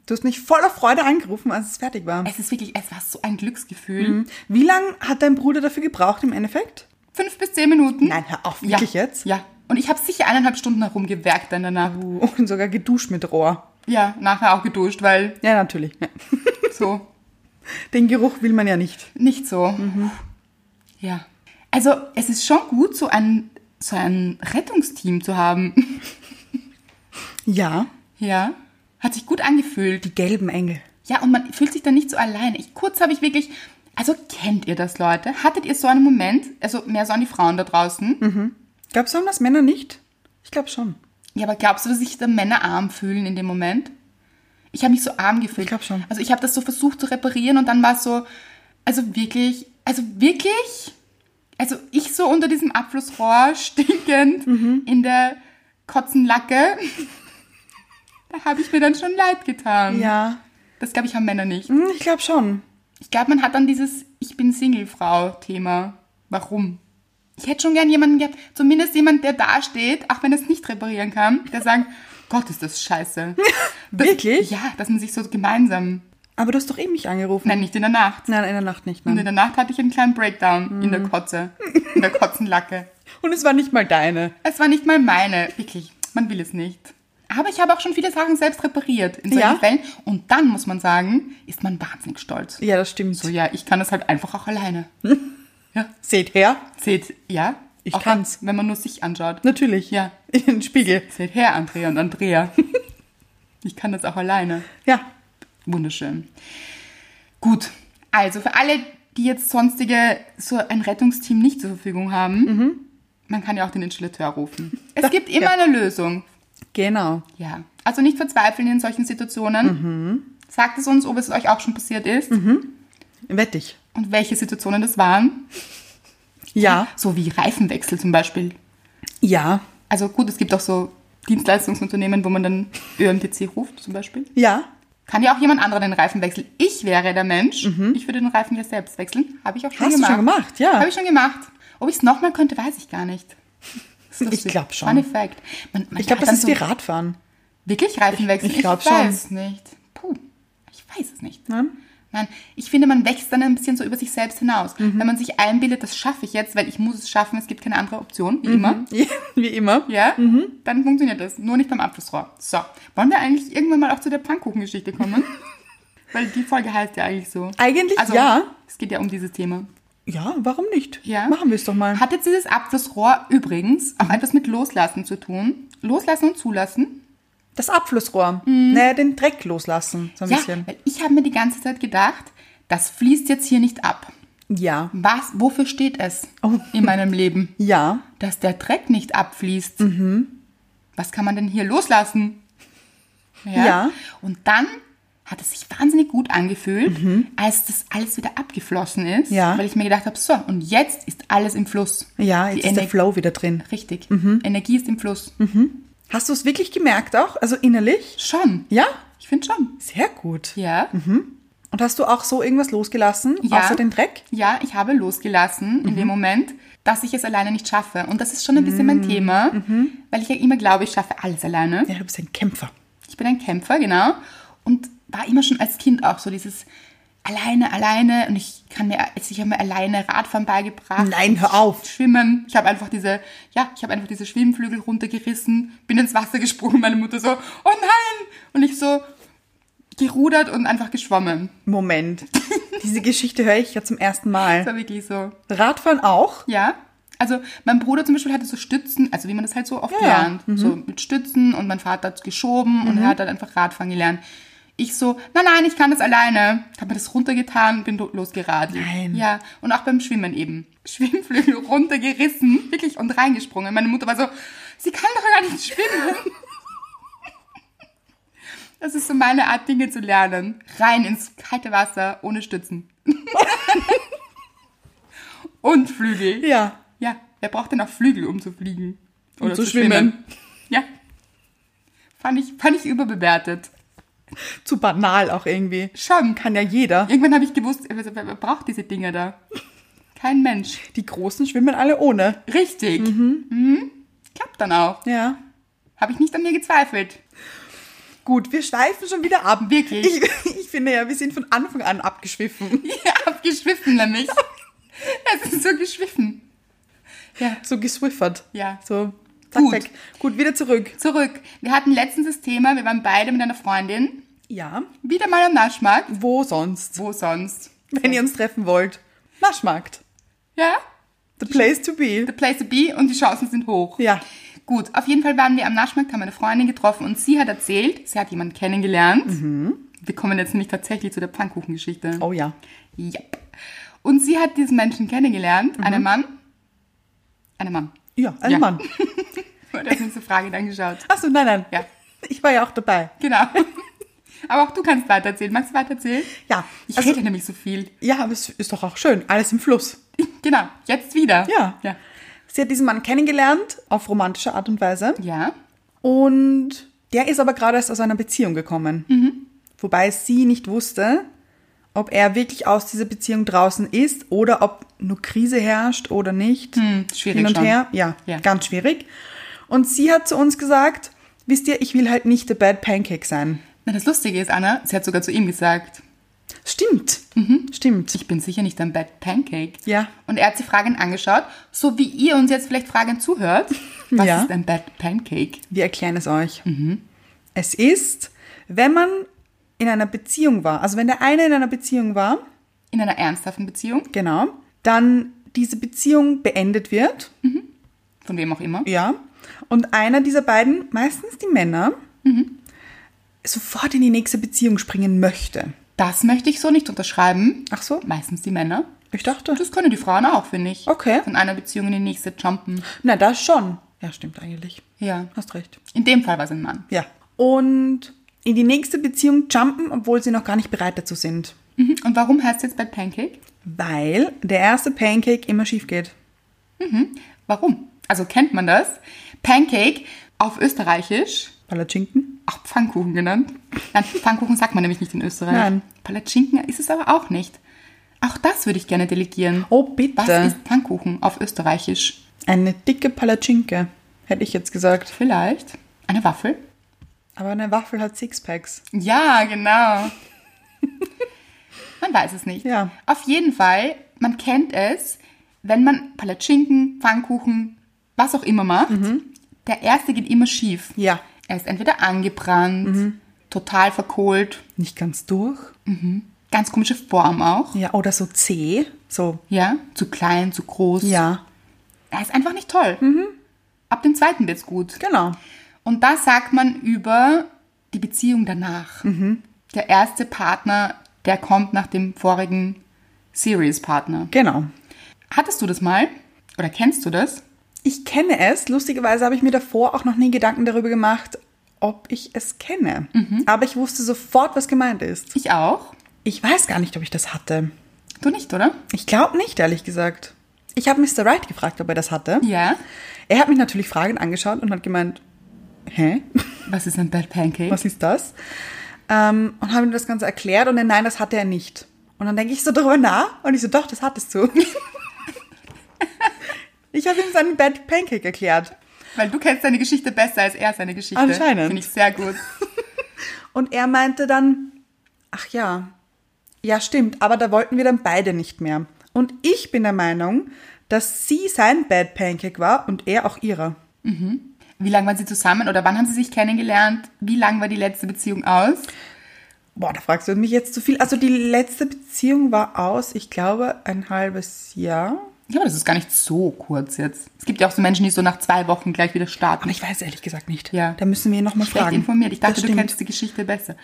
[SPEAKER 1] Du hast mich voller Freude angerufen, als es fertig war.
[SPEAKER 2] Es ist wirklich, es war so ein Glücksgefühl.
[SPEAKER 1] Wie lange hat dein Bruder dafür gebraucht im Endeffekt?
[SPEAKER 2] Fünf bis zehn Minuten.
[SPEAKER 1] Nein, hör auf, wirklich
[SPEAKER 2] ja,
[SPEAKER 1] jetzt?
[SPEAKER 2] Ja. Und ich habe sicher eineinhalb Stunden herumgewerkt dann danach.
[SPEAKER 1] Oh, Und sogar geduscht mit Rohr.
[SPEAKER 2] Ja, nachher auch geduscht, weil
[SPEAKER 1] Ja, natürlich. Ja.
[SPEAKER 2] so,
[SPEAKER 1] Den Geruch will man ja nicht.
[SPEAKER 2] nicht so.
[SPEAKER 1] Mhm.
[SPEAKER 2] Ja. Also, es ist schon gut, so ein, so ein Rettungsteam zu haben.
[SPEAKER 1] Ja,
[SPEAKER 2] ja. Hat sich gut angefühlt.
[SPEAKER 1] die gelben Engel.
[SPEAKER 2] Ja, und man fühlt sich dann nicht so alleine. Ich, kurz habe ich wirklich, also kennt ihr das, Leute? Hattet ihr so einen Moment, also mehr so an die Frauen da draußen?
[SPEAKER 1] Glaubst du, haben das Männer nicht? Ich glaube schon.
[SPEAKER 2] Ja, aber glaubst du, dass sich dann Männer arm fühlen in dem Moment? Ich habe mich so arm gefühlt.
[SPEAKER 1] Ich glaub schon.
[SPEAKER 2] Also ich habe das so versucht zu reparieren und dann war es so, also wirklich, also wirklich, also ich so unter diesem Abflussrohr stinkend
[SPEAKER 1] Mhm.
[SPEAKER 2] in der Kotzenlacke. da habe ich mir dann schon leid getan.
[SPEAKER 1] Ja.
[SPEAKER 2] Das glaube ich haben Männer nicht.
[SPEAKER 1] Hm, Ich glaube schon.
[SPEAKER 2] Ich glaube, man hat dann dieses Ich bin Single-Frau-Thema. Warum? Ich hätte schon gern jemanden gehabt, zumindest jemand, der da steht, auch wenn er es nicht reparieren kann, der sagt, Gott, ist das scheiße. Das,
[SPEAKER 1] Wirklich?
[SPEAKER 2] Ja, dass man sich so gemeinsam,
[SPEAKER 1] Aber du hast doch eben mich angerufen.
[SPEAKER 2] nein, nicht in der Nacht.
[SPEAKER 1] Nein, in der Nacht nicht.
[SPEAKER 2] Und
[SPEAKER 1] Nein.
[SPEAKER 2] in der Nacht hatte ich einen kleinen Breakdown in der
[SPEAKER 1] Mhm.
[SPEAKER 2] Kotze, in der Kotzenlacke.
[SPEAKER 1] Und es war nicht mal deine.
[SPEAKER 2] Es war nicht mal meine, wirklich, man will es nicht. Aber ich habe auch schon viele Sachen selbst repariert in solchen
[SPEAKER 1] Ja?
[SPEAKER 2] Fällen. Und dann, muss man sagen, ist man wahnsinnig stolz.
[SPEAKER 1] Ja, das stimmt.
[SPEAKER 2] So, ja, ich kann das halt einfach auch alleine.
[SPEAKER 1] Seht her.
[SPEAKER 2] Seht, ja?
[SPEAKER 1] Ich kann's.
[SPEAKER 2] Wenn man nur sich anschaut.
[SPEAKER 1] Natürlich.
[SPEAKER 2] Ja.
[SPEAKER 1] In den Spiegel.
[SPEAKER 2] Seht her, Andrea und Andrea. ich kann das auch alleine.
[SPEAKER 1] Ja.
[SPEAKER 2] Wunderschön. Gut. Also für alle, die jetzt sonstige, so ein Rettungsteam nicht zur Verfügung haben,
[SPEAKER 1] Mhm.
[SPEAKER 2] man kann ja auch den Installateur rufen. Es gibt immer eine Lösung.
[SPEAKER 1] Genau.
[SPEAKER 2] Ja. Also nicht verzweifeln in solchen Situationen.
[SPEAKER 1] Mhm.
[SPEAKER 2] Sagt es uns, ob es euch auch schon passiert ist
[SPEAKER 1] Wettig.
[SPEAKER 2] und welche Situationen das waren.
[SPEAKER 1] Ja.
[SPEAKER 2] So wie Reifenwechsel zum Beispiel.
[SPEAKER 1] Ja.
[SPEAKER 2] Also gut, es gibt auch so Dienstleistungsunternehmen, wo man dann ÖMTC ruft zum Beispiel.
[SPEAKER 1] Ja.
[SPEAKER 2] Kann ja auch jemand anderer den Reifen wechseln. Ich wäre der Mensch. Ich würde den Reifen ja selbst wechseln. Habe ich auch schon
[SPEAKER 1] Mhm. Hast du
[SPEAKER 2] gemacht.
[SPEAKER 1] schon gemacht, ja.
[SPEAKER 2] Habe ich schon gemacht. Ob ich es nochmal könnte, weiß ich gar nicht. Das ist lustig.
[SPEAKER 1] glaub schon.
[SPEAKER 2] Fun Fact. Man, man
[SPEAKER 1] Ich glaube, das
[SPEAKER 2] hat dann
[SPEAKER 1] ist
[SPEAKER 2] so
[SPEAKER 1] wie Radfahren.
[SPEAKER 2] Wirklich Reifen wechseln?
[SPEAKER 1] ich glaub
[SPEAKER 2] ich
[SPEAKER 1] schon.
[SPEAKER 2] weiß nicht. Puh, ich weiß es nicht. Nein, ich finde, man wächst dann ein bisschen so über sich selbst hinaus.
[SPEAKER 1] Mhm.
[SPEAKER 2] Wenn man sich einbildet, das schaffe ich jetzt, weil ich muss es schaffen, es gibt keine andere Option,
[SPEAKER 1] Mhm.
[SPEAKER 2] wie immer.
[SPEAKER 1] wie immer.
[SPEAKER 2] Ja,
[SPEAKER 1] Mhm.
[SPEAKER 2] dann funktioniert das. Nur nicht beim Abflussrohr. So, wollen wir eigentlich irgendwann mal auch zu der Pfannkuchengeschichte kommen? Weil die Folge heißt ja eigentlich so. Also,
[SPEAKER 1] Eigentlich ja.
[SPEAKER 2] Es geht ja um dieses Thema.
[SPEAKER 1] Ja, warum nicht?
[SPEAKER 2] Ja.
[SPEAKER 1] Machen wir es doch mal. Mhm.
[SPEAKER 2] Hat jetzt dieses Abflussrohr übrigens auch etwas mit Loslassen zu tun? Loslassen und zulassen?
[SPEAKER 1] Das Abflussrohr. Naja, den Dreck loslassen. So ein
[SPEAKER 2] Mhm. Ja,
[SPEAKER 1] bisschen.
[SPEAKER 2] weil ich habe mir die ganze Zeit gedacht, das fließt jetzt hier nicht ab.
[SPEAKER 1] Ja.
[SPEAKER 2] Was, wofür steht es
[SPEAKER 1] Oh.
[SPEAKER 2] in meinem Leben?
[SPEAKER 1] Ja.
[SPEAKER 2] Dass der Dreck nicht abfließt.
[SPEAKER 1] Mhm.
[SPEAKER 2] Was kann man denn hier loslassen?
[SPEAKER 1] Ja.
[SPEAKER 2] Und dann hat es sich wahnsinnig gut angefühlt, als das alles wieder abgeflossen ist,
[SPEAKER 1] Mhm. Ja.
[SPEAKER 2] weil ich mir gedacht habe, so, und jetzt ist alles im Fluss.
[SPEAKER 1] Ja,
[SPEAKER 2] Die
[SPEAKER 1] jetzt ist der Mhm.
[SPEAKER 2] Ener-
[SPEAKER 1] Flow wieder drin.
[SPEAKER 2] Richtig. Energie ist im Fluss.
[SPEAKER 1] Hast du es wirklich gemerkt auch? Also innerlich?
[SPEAKER 2] Schon.
[SPEAKER 1] Ja?
[SPEAKER 2] Ich finde schon.
[SPEAKER 1] Sehr gut.
[SPEAKER 2] Ja.
[SPEAKER 1] Und hast du auch so irgendwas losgelassen,
[SPEAKER 2] Ja.
[SPEAKER 1] außer den Dreck?
[SPEAKER 2] Ja, ich habe losgelassen in
[SPEAKER 1] Mhm.
[SPEAKER 2] dem Moment, dass ich es alleine nicht schaffe. Und das ist schon ein bisschen mein Thema, weil ich ja immer glaube, ich schaffe alles alleine.
[SPEAKER 1] Mhm. Ja, du bist ein Kämpfer.
[SPEAKER 2] Ich bin ein Kämpfer, genau. Und war immer schon als Kind auch so dieses alleine, alleine. Und ich kann mir, also ich habe mir alleine Radfahren beigebracht.
[SPEAKER 1] Nein, hör auf.
[SPEAKER 2] Schwimmen. Ich habe einfach diese, ja, ich habe einfach diese Schwimmflügel runtergerissen, bin ins Wasser gesprungen, meine Mutter so, oh nein! Und ich so gerudert und einfach geschwommen.
[SPEAKER 1] Moment. Diese Geschichte höre ich ja zum ersten Mal.
[SPEAKER 2] Das war wirklich so.
[SPEAKER 1] Radfahren auch?
[SPEAKER 2] Ja. Also mein Bruder zum Beispiel hatte so Stützen, also wie man das halt so oft
[SPEAKER 1] Ja, Mhm. ja.
[SPEAKER 2] lernt. So mit Stützen und mein Vater hat geschoben und er hat dann einfach Radfahren gelernt. Ich so, nein, nein, ich kann das alleine. Habe mir das runtergetan, bin lo- losgeradelt.
[SPEAKER 1] Nein.
[SPEAKER 2] Ja, und auch beim Schwimmen eben. Schwimmflügel runtergerissen, wirklich, und reingesprungen. Meine Mutter war so, sie kann doch gar nicht schwimmen. Das ist so meine Art, Dinge zu lernen. Rein ins kalte Wasser, ohne Stützen. und Flügel.
[SPEAKER 1] Ja.
[SPEAKER 2] Ja, wer braucht denn auch Flügel, um zu fliegen? Oder
[SPEAKER 1] zu schwimmen.
[SPEAKER 2] Ja. Fand ich, fand ich überbewertet.
[SPEAKER 1] Zu banal auch irgendwie.
[SPEAKER 2] Schon.
[SPEAKER 1] Kann ja jeder.
[SPEAKER 2] Irgendwann habe ich gewusst, wer, wer wer braucht diese Dinger da? Kein Mensch.
[SPEAKER 1] Die Großen schwimmen alle ohne.
[SPEAKER 2] Richtig. Mhm. Klappt dann auch.
[SPEAKER 1] Ja.
[SPEAKER 2] Habe ich nicht an mir gezweifelt.
[SPEAKER 1] Gut, wir schweifen schon wieder ab.
[SPEAKER 2] Wirklich.
[SPEAKER 1] Ich, ich finde ja, wir sind von Anfang an abgeschwiffen.
[SPEAKER 2] Ja, hab geschwiffen nämlich. Es ist so geschwiffen. Ja.
[SPEAKER 1] So geswiffert.
[SPEAKER 2] Ja.
[SPEAKER 1] So, zack,
[SPEAKER 2] Gut.
[SPEAKER 1] weg. Gut, wieder zurück.
[SPEAKER 2] Zurück. Wir hatten letztens das Thema, wir waren beide mit einer Freundin.
[SPEAKER 1] Ja.
[SPEAKER 2] Wieder mal am Naschmarkt.
[SPEAKER 1] Wo sonst?
[SPEAKER 2] Wo sonst?
[SPEAKER 1] Wenn ihr uns treffen wollt. Naschmarkt.
[SPEAKER 2] Ja?
[SPEAKER 1] The place to be.
[SPEAKER 2] The place to be und die Chancen sind hoch.
[SPEAKER 1] Ja.
[SPEAKER 2] Gut, auf jeden Fall waren wir am Naschmarkt, haben eine Freundin getroffen und sie hat erzählt, sie hat jemanden kennengelernt.
[SPEAKER 1] Mhm.
[SPEAKER 2] Wir kommen jetzt nämlich tatsächlich zu der Pfannkuchengeschichte.
[SPEAKER 1] Oh ja.
[SPEAKER 2] Ja. Und sie hat diesen Menschen kennengelernt,
[SPEAKER 1] Mhm.
[SPEAKER 2] einen Mann. Einen Mann.
[SPEAKER 1] Ja, ein
[SPEAKER 2] Ja.
[SPEAKER 1] Mann.
[SPEAKER 2] Und hat uns zur Frage dann geschaut.
[SPEAKER 1] Achso, nein, nein.
[SPEAKER 2] Ja.
[SPEAKER 1] Ich war ja auch dabei.
[SPEAKER 2] Genau. Aber auch du kannst weitererzählen. Magst du weitererzählen?
[SPEAKER 1] Ja.
[SPEAKER 2] Ich
[SPEAKER 1] Also-
[SPEAKER 2] rede nämlich so viel.
[SPEAKER 1] Ja, aber es ist doch auch schön. Alles im Fluss.
[SPEAKER 2] Genau, jetzt wieder.
[SPEAKER 1] Ja.
[SPEAKER 2] Ja.
[SPEAKER 1] Sie hat diesen Mann kennengelernt, auf romantische Art und Weise.
[SPEAKER 2] Ja.
[SPEAKER 1] Und der ist aber gerade erst aus einer Beziehung gekommen.
[SPEAKER 2] Mhm.
[SPEAKER 1] Wobei sie nicht wusste, ob er wirklich aus dieser Beziehung draußen ist oder ob nur Krise herrscht oder nicht.
[SPEAKER 2] Hm, schwierig
[SPEAKER 1] Hin und
[SPEAKER 2] schon.
[SPEAKER 1] her. Ja,
[SPEAKER 2] Ja.
[SPEAKER 1] ganz schwierig. Und sie hat zu uns gesagt, wisst ihr, ich will halt nicht der Bad Pancake sein.
[SPEAKER 2] Na, das Lustige ist, Anna, sie hat sogar zu ihm gesagt,
[SPEAKER 1] Stimmt.
[SPEAKER 2] Mhm.
[SPEAKER 1] Stimmt.
[SPEAKER 2] ich bin sicher nicht ein Bad Pancake.
[SPEAKER 1] Ja.
[SPEAKER 2] Und er hat sie fragend angeschaut, so wie ihr uns jetzt vielleicht fragend zuhört. Was
[SPEAKER 1] Ja.
[SPEAKER 2] ist ein Bad Pancake?
[SPEAKER 1] Wir erklären es euch.
[SPEAKER 2] Mhm.
[SPEAKER 1] Es ist, wenn man in einer Beziehung war, also wenn der eine in einer Beziehung war,
[SPEAKER 2] In einer ernsthaften Beziehung,
[SPEAKER 1] genau, dann diese Beziehung beendet wird,
[SPEAKER 2] Mhm. von wem auch immer.
[SPEAKER 1] ja, und einer dieser beiden, meistens die Männer,
[SPEAKER 2] Mhm.
[SPEAKER 1] sofort in die nächste Beziehung springen möchte.
[SPEAKER 2] Das möchte ich so nicht unterschreiben.
[SPEAKER 1] Ach so,
[SPEAKER 2] Meistens die Männer.
[SPEAKER 1] ich dachte,
[SPEAKER 2] Mhm. Das können die Frauen auch, finde ich.
[SPEAKER 1] Okay.
[SPEAKER 2] Von einer Beziehung in die nächste jumpen.
[SPEAKER 1] na das schon. Ja, stimmt eigentlich.
[SPEAKER 2] Ja.
[SPEAKER 1] Hast recht.
[SPEAKER 2] In dem Fall war es ein Mann.
[SPEAKER 1] Ja. Und in die nächste Beziehung jumpen, obwohl sie noch gar nicht bereit dazu sind.
[SPEAKER 2] Mhm. Und warum heißt es jetzt Bad Pancake?
[SPEAKER 1] Weil der erste Pancake immer schief geht.
[SPEAKER 2] Warum? Also kennt man das? Pancake auf Österreichisch,
[SPEAKER 1] Palatschinken?
[SPEAKER 2] auch Pfannkuchen genannt. Nein, Pfannkuchen sagt man nämlich nicht in Österreich.
[SPEAKER 1] Nein.
[SPEAKER 2] Palatschinken ist es aber auch nicht. Auch das würde ich gerne delegieren.
[SPEAKER 1] Oh, bitte.
[SPEAKER 2] Was ist Pfannkuchen auf Österreichisch?
[SPEAKER 1] Eine dicke Palatschinke, hätte ich jetzt gesagt.
[SPEAKER 2] Vielleicht eine Waffel?
[SPEAKER 1] Aber eine Waffel hat Sixpacks.
[SPEAKER 2] Ja, genau. man weiß es nicht.
[SPEAKER 1] Ja.
[SPEAKER 2] Auf jeden Fall, man kennt es, wenn man Palatschinken, Pfannkuchen, was auch immer macht, der erste geht immer schief.
[SPEAKER 1] Mhm. Ja. Mhm.
[SPEAKER 2] Er ist entweder angebrannt, total verkohlt,
[SPEAKER 1] Nicht ganz durch.
[SPEAKER 2] ganz komische Form auch.
[SPEAKER 1] Ja, oder so zäh. So.
[SPEAKER 2] Ja, zu klein, zu groß.
[SPEAKER 1] Ja, Mhm.
[SPEAKER 2] Er ist einfach nicht toll. Ab dem zweiten wird's gut.
[SPEAKER 1] genau.
[SPEAKER 2] Und das sagt man über die Beziehung danach.
[SPEAKER 1] Mhm.
[SPEAKER 2] Der erste Partner, der kommt nach dem vorigen Serious-Partner.
[SPEAKER 1] Genau.
[SPEAKER 2] Hattest du das mal? Oder kennst du das?
[SPEAKER 1] Ich kenne es. Lustigerweise habe ich mir davor auch noch nie Gedanken darüber gemacht, ob ich es kenne. Aber ich wusste sofort, was gemeint ist.
[SPEAKER 2] Ich auch.
[SPEAKER 1] Ich weiß gar nicht, ob ich das hatte.
[SPEAKER 2] Du nicht, oder?
[SPEAKER 1] Ich glaube nicht, ehrlich gesagt. Ich habe Mr. Wright gefragt, ob er das hatte.
[SPEAKER 2] Ja.
[SPEAKER 1] Er hat mich natürlich fragend angeschaut und hat gemeint, hä?
[SPEAKER 2] Was ist ein Bad Pancake?
[SPEAKER 1] Was ist das? Ähm, und habe ihm das Ganze erklärt und er, nein, das hatte er nicht. Und dann denke ich so drüber nach und ich so, doch, das hattest du. ich habe ihm seinen Bad Pancake erklärt.
[SPEAKER 2] Weil du kennst deine Geschichte besser als er seine Geschichte.
[SPEAKER 1] Anscheinend.
[SPEAKER 2] Finde ich sehr gut.
[SPEAKER 1] Und er meinte dann, ach ja, ja stimmt, aber da wollten wir dann beide nicht mehr. Und ich bin der Meinung, dass sie sein Bad Pancake war und er auch ihrer.
[SPEAKER 2] Wie lange waren sie zusammen oder wann haben sie sich kennengelernt? Wie lang war die letzte Beziehung aus?
[SPEAKER 1] Boah, da fragst du mich jetzt zu viel. Also die letzte Beziehung war aus, ich glaube, ein halbes Jahr.
[SPEAKER 2] Ja, aber das ist gar nicht so kurz jetzt. Es gibt ja auch so Menschen, die so nach zwei Wochen gleich wieder starten.
[SPEAKER 1] Aber ich weiß ehrlich gesagt nicht.
[SPEAKER 2] Ja.
[SPEAKER 1] Da müssen wir ihn nochmal
[SPEAKER 2] Schlecht
[SPEAKER 1] fragen.
[SPEAKER 2] informiert. Ich
[SPEAKER 1] Das
[SPEAKER 2] dachte, du
[SPEAKER 1] stimmt.
[SPEAKER 2] kennst die Geschichte besser.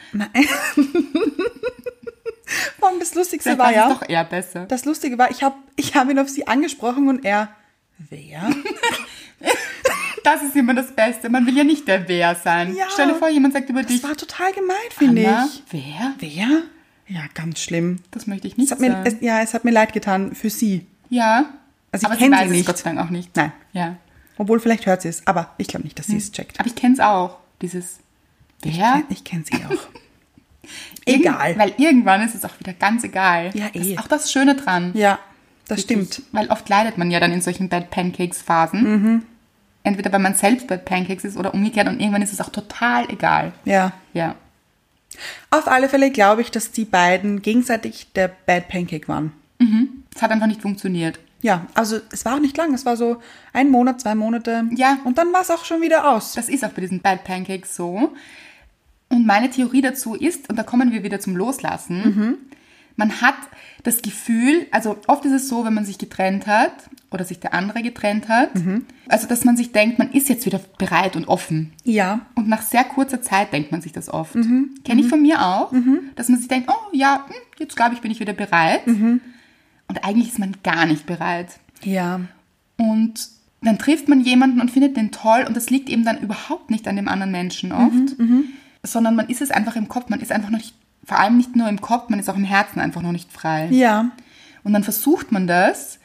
[SPEAKER 1] Vor allem das Lustigste
[SPEAKER 2] Vielleicht
[SPEAKER 1] war
[SPEAKER 2] war
[SPEAKER 1] ja,
[SPEAKER 2] es doch eher besser.
[SPEAKER 1] das Lustige war, ich habe ich hab ihn auf sie angesprochen und er, wer?
[SPEAKER 2] Das ist immer das Beste. Man will ja nicht der Wer sein.
[SPEAKER 1] Ja.
[SPEAKER 2] Stell dir vor, jemand sagt über
[SPEAKER 1] Das
[SPEAKER 2] dich.
[SPEAKER 1] war total gemein, finde
[SPEAKER 2] "Na,
[SPEAKER 1] ich.
[SPEAKER 2] Wer?
[SPEAKER 1] Wer? Ja, ganz schlimm.
[SPEAKER 2] Das möchte ich
[SPEAKER 1] Es
[SPEAKER 2] nicht
[SPEAKER 1] hat mir,
[SPEAKER 2] sagen.
[SPEAKER 1] es, ja, es hat mir leid getan für sie.
[SPEAKER 2] ja.
[SPEAKER 1] Also ich
[SPEAKER 2] aber
[SPEAKER 1] kenn sie
[SPEAKER 2] weiß es
[SPEAKER 1] nicht.
[SPEAKER 2] Gott sei Dank auch nicht.
[SPEAKER 1] Nein.
[SPEAKER 2] Ja.
[SPEAKER 1] Obwohl, vielleicht hört sie es, aber ich glaube nicht, dass sie es checkt.
[SPEAKER 2] Aber ich kenne es auch. Dieses Wer?
[SPEAKER 1] Ah, Ich kenne sie auch.
[SPEAKER 2] Irgend-
[SPEAKER 1] Egal.
[SPEAKER 2] Weil irgendwann ist es auch wieder ganz egal.
[SPEAKER 1] Ja,
[SPEAKER 2] Das
[SPEAKER 1] eh.
[SPEAKER 2] ist auch das Schöne dran.
[SPEAKER 1] Ja, das
[SPEAKER 2] Wirklich.
[SPEAKER 1] stimmt. Mhm.
[SPEAKER 2] Weil oft leidet man ja dann in solchen Bad Pancakes-Phasen. Entweder weil man selbst Bad Pancakes ist oder umgekehrt und irgendwann ist es auch total egal.
[SPEAKER 1] Ja.
[SPEAKER 2] Ja.
[SPEAKER 1] Auf alle Fälle glaube ich, dass die beiden gegenseitig der Bad Pancake waren.
[SPEAKER 2] Es hat einfach nicht funktioniert.
[SPEAKER 1] Ja, also es war auch nicht lang. Es war so ein Monat, zwei Monate.
[SPEAKER 2] Ja.
[SPEAKER 1] Und dann war es auch schon wieder aus.
[SPEAKER 2] Das ist auch bei diesen Bad Pancakes so. Und meine Theorie dazu ist, und da kommen wir wieder zum Loslassen, man hat das Gefühl, also oft ist es so, wenn man sich getrennt hat oder sich der andere getrennt hat, also dass man sich denkt, man ist jetzt wieder bereit und offen.
[SPEAKER 1] Ja.
[SPEAKER 2] Und nach sehr kurzer Zeit denkt man sich das oft. Kenne ich von mir auch, dass man sich denkt, oh ja, hm, jetzt glaube ich, bin ich wieder bereit. Und eigentlich ist man gar nicht bereit.
[SPEAKER 1] Ja.
[SPEAKER 2] Und dann trifft man jemanden und findet den toll und das liegt eben dann überhaupt nicht an dem anderen Menschen
[SPEAKER 1] Mhm,
[SPEAKER 2] oft, sondern man ist es einfach im Kopf, man ist einfach noch nicht, vor allem nicht nur im Kopf, man ist auch im Herzen einfach noch nicht frei.
[SPEAKER 1] Ja.
[SPEAKER 2] Und dann versucht man das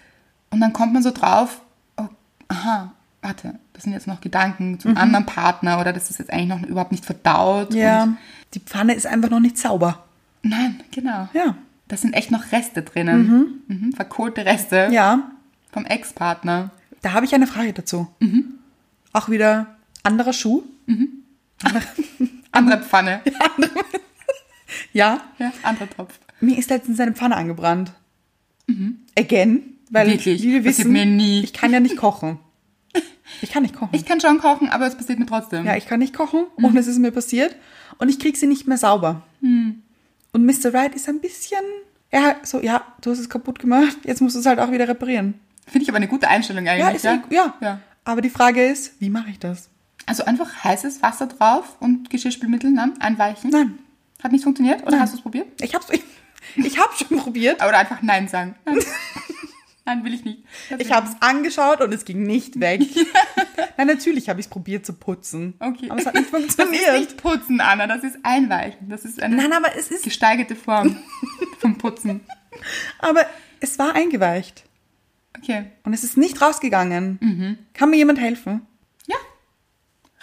[SPEAKER 2] und dann kommt man so drauf, oh, aha, warte, das sind jetzt noch Gedanken zum anderen Partner oder das ist jetzt eigentlich noch überhaupt nicht verdaut.
[SPEAKER 1] Mhm. Ja.
[SPEAKER 2] Und,
[SPEAKER 1] Die Pfanne ist einfach noch nicht sauber.
[SPEAKER 2] nein, genau.
[SPEAKER 1] Ja.
[SPEAKER 2] Da sind echt noch Reste drinnen, mhm. verkohlte Reste
[SPEAKER 1] Ja.
[SPEAKER 2] vom Ex-Partner.
[SPEAKER 1] Da habe ich eine Frage dazu.
[SPEAKER 2] Mhm.
[SPEAKER 1] Auch wieder anderer Schuh?
[SPEAKER 2] Andere Pfanne,
[SPEAKER 1] Ja.
[SPEAKER 2] ja, anderer Topf.
[SPEAKER 1] Mir ist letztens eine Pfanne angebrannt. Again. Weil,
[SPEAKER 2] Mhm. Wirklich?
[SPEAKER 1] wie wir
[SPEAKER 2] Passiert
[SPEAKER 1] wissen,
[SPEAKER 2] mir nie.
[SPEAKER 1] ich kann ja nicht kochen. Ich kann nicht kochen.
[SPEAKER 2] Ich kann schon kochen, aber es passiert mir trotzdem.
[SPEAKER 1] ja, ich kann nicht kochen
[SPEAKER 2] Mhm.
[SPEAKER 1] und es ist mir passiert und ich krieg sie nicht mehr sauber.
[SPEAKER 2] Mhm.
[SPEAKER 1] Und Mr. Wright ist ein bisschen, er so, ja, du hast es kaputt gemacht, jetzt musst du es halt auch wieder reparieren.
[SPEAKER 2] Finde ich aber eine gute Einstellung
[SPEAKER 1] Ja,
[SPEAKER 2] eigentlich.
[SPEAKER 1] ist ja. Ja.
[SPEAKER 2] Ja.
[SPEAKER 1] Aber die Frage ist, wie mache ich das?
[SPEAKER 2] Also einfach heißes Wasser drauf und Geschirrspülmittel ne? einweichen.
[SPEAKER 1] Nein.
[SPEAKER 2] Hat nicht funktioniert? Oder hast du es probiert?
[SPEAKER 1] Ich hab's, ich, ich hab's schon probiert.
[SPEAKER 2] Oder einfach Nein sagen. Nein, Nein will ich nicht. Das
[SPEAKER 1] Ich
[SPEAKER 2] will
[SPEAKER 1] hab's angeschaut und es ging nicht weg. Nein, natürlich habe ich es probiert zu putzen.
[SPEAKER 2] Okay.
[SPEAKER 1] Aber es hat nicht
[SPEAKER 2] ich nicht. Das ist
[SPEAKER 1] funktioniert.
[SPEAKER 2] nicht putzen, Anna. Das ist einweichen. Das ist eine
[SPEAKER 1] Nein, aber es ist,
[SPEAKER 2] gesteigerte Form vom Putzen.
[SPEAKER 1] aber es war eingeweicht
[SPEAKER 2] Okay.
[SPEAKER 1] und es ist nicht rausgegangen.
[SPEAKER 2] Mhm.
[SPEAKER 1] Kann mir jemand helfen?
[SPEAKER 2] Ja.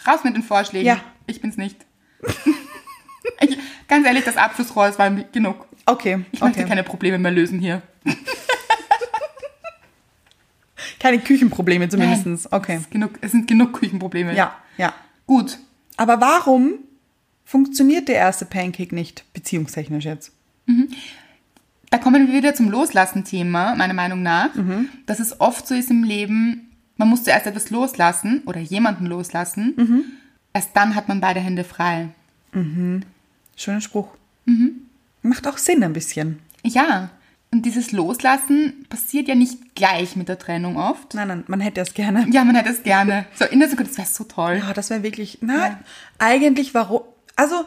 [SPEAKER 2] Raus mit den Vorschlägen.
[SPEAKER 1] Ja.
[SPEAKER 2] Ich bin's nicht. ich, ganz ehrlich, das Abschlussrohr, das war genug.
[SPEAKER 1] Okay.
[SPEAKER 2] Ich möchte
[SPEAKER 1] okay.
[SPEAKER 2] keine Probleme mehr lösen hier.
[SPEAKER 1] Keine Küchenprobleme zumindest.
[SPEAKER 2] Nein,
[SPEAKER 1] Okay.
[SPEAKER 2] Es, ist genug, es sind genug Küchenprobleme.
[SPEAKER 1] Ja, ja.
[SPEAKER 2] Gut.
[SPEAKER 1] Aber warum funktioniert der erste Pancake nicht, beziehungstechnisch jetzt?
[SPEAKER 2] Da kommen wir wieder zum Loslassen-Thema, meiner Meinung nach.
[SPEAKER 1] Mhm.
[SPEAKER 2] Dass es oft so ist im Leben, man muss zuerst etwas loslassen oder jemanden loslassen.
[SPEAKER 1] Mhm.
[SPEAKER 2] Erst dann hat man beide Hände frei.
[SPEAKER 1] Schöner Spruch.
[SPEAKER 2] Mhm.
[SPEAKER 1] Macht auch Sinn ein bisschen.
[SPEAKER 2] Ja. Und dieses Loslassen passiert ja nicht gleich mit der Trennung oft.
[SPEAKER 1] Nein, nein, man hätte das gerne.
[SPEAKER 2] Ja, man hätte es gerne. So, in der Sekunde, das wäre so toll.
[SPEAKER 1] Ja, das wäre wirklich. Na, eigentlich warum. Also,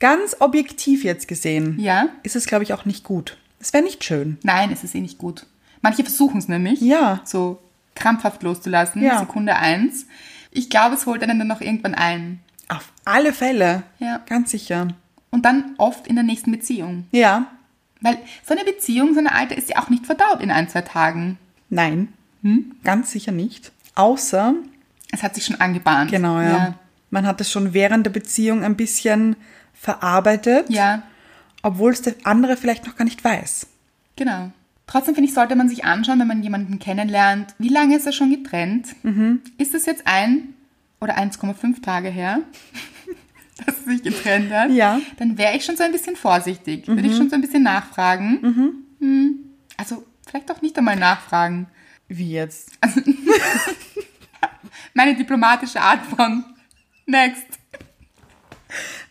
[SPEAKER 1] ganz objektiv jetzt gesehen,
[SPEAKER 2] Ja.
[SPEAKER 1] ist es, glaube ich, auch nicht gut. Es wäre nicht schön.
[SPEAKER 2] Nein, es ist eh nicht gut. Manche versuchen es nämlich.
[SPEAKER 1] Ja.
[SPEAKER 2] So krampfhaft loszulassen,
[SPEAKER 1] Ja.
[SPEAKER 2] Sekunde eins. Ich glaube, es holt einen dann noch irgendwann ein.
[SPEAKER 1] Auf alle Fälle.
[SPEAKER 2] Ja.
[SPEAKER 1] Ganz sicher.
[SPEAKER 2] Und dann oft in der nächsten Beziehung.
[SPEAKER 1] Ja.
[SPEAKER 2] Weil so eine Beziehung, so eine alte, ist ja auch nicht verdaut in ein, zwei Tagen.
[SPEAKER 1] Nein.
[SPEAKER 2] Hm?
[SPEAKER 1] Ganz sicher nicht. Außer,
[SPEAKER 2] Es hat sich schon angebahnt.
[SPEAKER 1] Genau, ja. Man hat es schon während der Beziehung ein bisschen verarbeitet,
[SPEAKER 2] Ja,
[SPEAKER 1] obwohl es der andere vielleicht noch gar nicht weiß.
[SPEAKER 2] genau. Trotzdem finde ich, sollte man sich anschauen, wenn man jemanden kennenlernt, wie lange ist er schon getrennt? Ist es jetzt ein oder 1,5 Tage her, dass er sich getrennt hat?
[SPEAKER 1] Ja.
[SPEAKER 2] Dann wäre ich schon so ein bisschen vorsichtig. Würde ich schon so ein bisschen nachfragen. Hm, Also vielleicht auch nicht einmal nachfragen.
[SPEAKER 1] Wie jetzt?
[SPEAKER 2] Meine diplomatische Art von Next.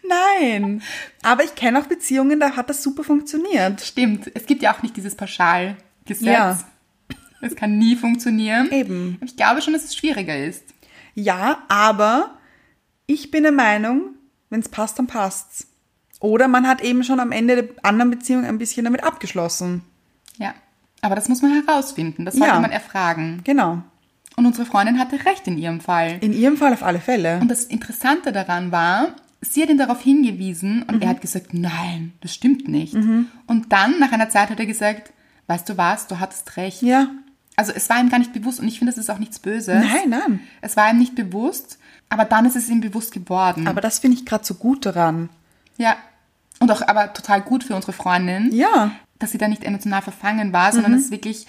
[SPEAKER 1] Nein. Aber ich kenne auch Beziehungen, da hat das super funktioniert.
[SPEAKER 2] Stimmt, es gibt ja auch nicht dieses Pauschalgesetz.
[SPEAKER 1] Ja.
[SPEAKER 2] Es kann nie funktionieren.
[SPEAKER 1] Eben.
[SPEAKER 2] Aber ich glaube schon, dass es schwieriger ist.
[SPEAKER 1] Ja, aber ich bin der Meinung, wenn es passt, dann passt's. Oder man hat eben schon am Ende der anderen Beziehung ein bisschen damit abgeschlossen.
[SPEAKER 2] Ja. Aber das muss man herausfinden. Das sollte
[SPEAKER 1] Ja.
[SPEAKER 2] man erfragen.
[SPEAKER 1] Genau.
[SPEAKER 2] Und unsere Freundin hatte recht in ihrem Fall.
[SPEAKER 1] In ihrem Fall auf alle Fälle.
[SPEAKER 2] Und das Interessante daran war, sie hat ihn darauf hingewiesen und
[SPEAKER 1] Mhm.
[SPEAKER 2] er hat gesagt, nein, das stimmt nicht. Und dann, nach einer Zeit, hat er gesagt, weißt du was, du hattest recht.
[SPEAKER 1] Ja.
[SPEAKER 2] Also es war ihm gar nicht bewusst und ich finde, das ist auch nichts Böses.
[SPEAKER 1] Nein, nein.
[SPEAKER 2] Es war ihm nicht bewusst, aber dann ist es ihm bewusst geworden.
[SPEAKER 1] Aber das finde ich gerade so gut daran.
[SPEAKER 2] Ja. Und auch aber total gut für unsere Freundin,
[SPEAKER 1] Ja. Mhm.
[SPEAKER 2] dass sie da nicht emotional verfangen war, sondern es wirklich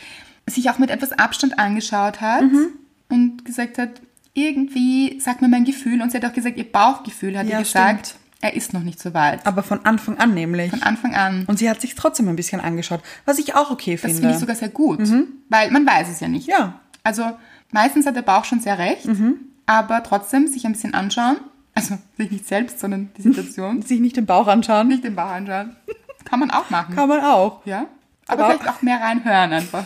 [SPEAKER 2] sich auch mit etwas Abstand angeschaut hat
[SPEAKER 1] Mhm.
[SPEAKER 2] und gesagt hat, irgendwie sagt mir mein Gefühl. Und sie hat auch gesagt, ihr Bauchgefühl hat
[SPEAKER 1] Ja,
[SPEAKER 2] ihr gesagt,
[SPEAKER 1] stimmt.
[SPEAKER 2] er ist noch nicht so weit.
[SPEAKER 1] Aber von Anfang an nämlich.
[SPEAKER 2] Von Anfang an.
[SPEAKER 1] Und sie hat sich trotzdem ein bisschen angeschaut, was ich auch okay
[SPEAKER 2] Das
[SPEAKER 1] finde.
[SPEAKER 2] finde ich sogar sehr gut, weil man weiß es ja nicht.
[SPEAKER 1] Mhm. Ja. Mhm.
[SPEAKER 2] Also meistens hat der Bauch schon sehr recht, aber trotzdem sich ein bisschen anschauen. Also sich nicht selbst, sondern die Situation.
[SPEAKER 1] sich nicht den Bauch anschauen,
[SPEAKER 2] nicht den Bauch anschauen. Kann man auch machen.
[SPEAKER 1] kann man auch.
[SPEAKER 2] Ja. Aber,
[SPEAKER 1] Aber-
[SPEAKER 2] vielleicht auch mehr reinhören einfach.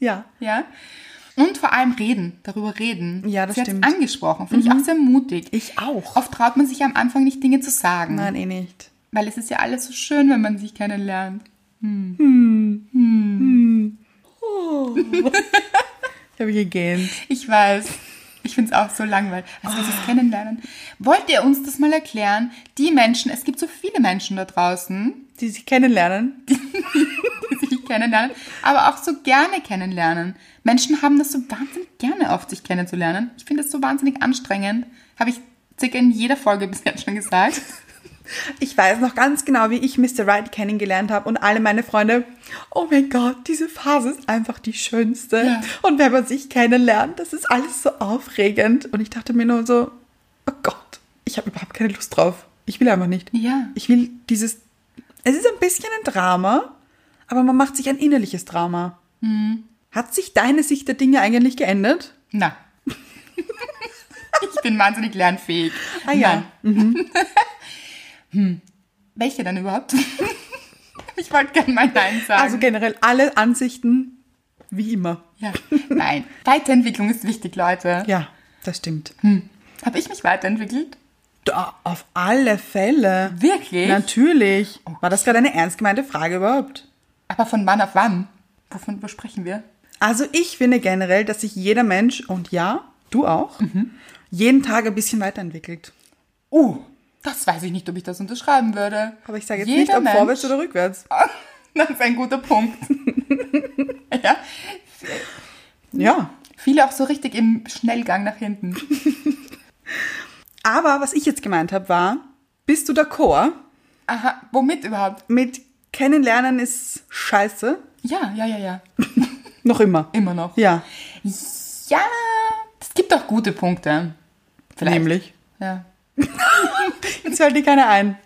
[SPEAKER 1] Ja.
[SPEAKER 2] Ja. Und vor allem reden, darüber reden.
[SPEAKER 1] Ja, das
[SPEAKER 2] Sie hat's
[SPEAKER 1] stimmt. Mhm.
[SPEAKER 2] angesprochen. Finde ich auch sehr mutig.
[SPEAKER 1] Ich auch.
[SPEAKER 2] Oft traut man sich ja am Anfang nicht, Dinge zu sagen.
[SPEAKER 1] Nein, eh nicht.
[SPEAKER 2] Weil es ist ja alles so schön, wenn man sich kennenlernt.
[SPEAKER 1] Ich habe gegähnt.
[SPEAKER 2] Ich weiß. Ich finde es auch so langweilig. Also dieses
[SPEAKER 1] Oh.
[SPEAKER 2] Kennenlernen. Wollt ihr uns das mal erklären? Die Menschen, es gibt so viele Menschen da draußen,
[SPEAKER 1] Die sich kennenlernen.
[SPEAKER 2] die sich kennenlernen, aber auch so gerne kennenlernen. Menschen haben das so wahnsinnig gerne oft, sich kennenzulernen. Ich finde das so wahnsinnig anstrengend. Habe ich circa in jeder Folge bis jetzt schon gesagt.
[SPEAKER 1] Ich weiß noch ganz genau, wie ich Mr. Right kennengelernt habe und alle meine Freunde, oh mein Gott, diese Phase ist einfach die schönste.
[SPEAKER 2] Ja.
[SPEAKER 1] Und wenn man sich kennenlernt, das ist alles so aufregend. Und ich dachte mir nur so, oh Gott, ich habe überhaupt keine Lust drauf. Ich will einfach nicht.
[SPEAKER 2] Ja.
[SPEAKER 1] Ich will dieses, es ist ein bisschen ein Drama, aber man macht sich ein innerliches Drama.
[SPEAKER 2] Mhm.
[SPEAKER 1] Hat sich deine Sicht der Dinge eigentlich geändert?
[SPEAKER 2] Na. ich bin wahnsinnig lernfähig.
[SPEAKER 1] Ah ja.
[SPEAKER 2] Nein. hm. Welche dann überhaupt? ich wollte gerne mal Nein sagen.
[SPEAKER 1] Also generell alle Ansichten, wie immer.
[SPEAKER 2] ja. Nein. Weiterentwicklung ist wichtig, Leute.
[SPEAKER 1] Ja, das stimmt.
[SPEAKER 2] Habe ich mich weiterentwickelt?
[SPEAKER 1] Da, auf alle Fälle.
[SPEAKER 2] Wirklich? Oh
[SPEAKER 1] Natürlich. War das gerade eine ernst gemeinte Frage überhaupt?
[SPEAKER 2] Aber von wann auf wann? Wovon wo sprechen wir?
[SPEAKER 1] Also ich finde generell, dass sich jeder Mensch, und ja, du auch,
[SPEAKER 2] Mhm.
[SPEAKER 1] jeden Tag ein bisschen weiterentwickelt.
[SPEAKER 2] Uh, das weiß ich nicht, ob ich das unterschreiben würde.
[SPEAKER 1] Aber ich sage jetzt
[SPEAKER 2] Jeder
[SPEAKER 1] nicht, ob
[SPEAKER 2] Mensch-
[SPEAKER 1] vorwärts oder rückwärts.
[SPEAKER 2] Das ist ein guter Punkt. ja.
[SPEAKER 1] Ja.
[SPEAKER 2] Viele auch so richtig im Schnellgang nach hinten.
[SPEAKER 1] Aber was ich jetzt gemeint habe, war, bist du d'accord
[SPEAKER 2] Aha, womit überhaupt?
[SPEAKER 1] mit Kennenlernen ist scheiße?
[SPEAKER 2] Ja, ja, ja, ja.
[SPEAKER 1] Noch immer.
[SPEAKER 2] Immer noch.
[SPEAKER 1] Ja.
[SPEAKER 2] Ja, es gibt auch gute Punkte. Vielleicht.
[SPEAKER 1] Nämlich.
[SPEAKER 2] Ja.
[SPEAKER 1] Jetzt fällt dir keiner ein.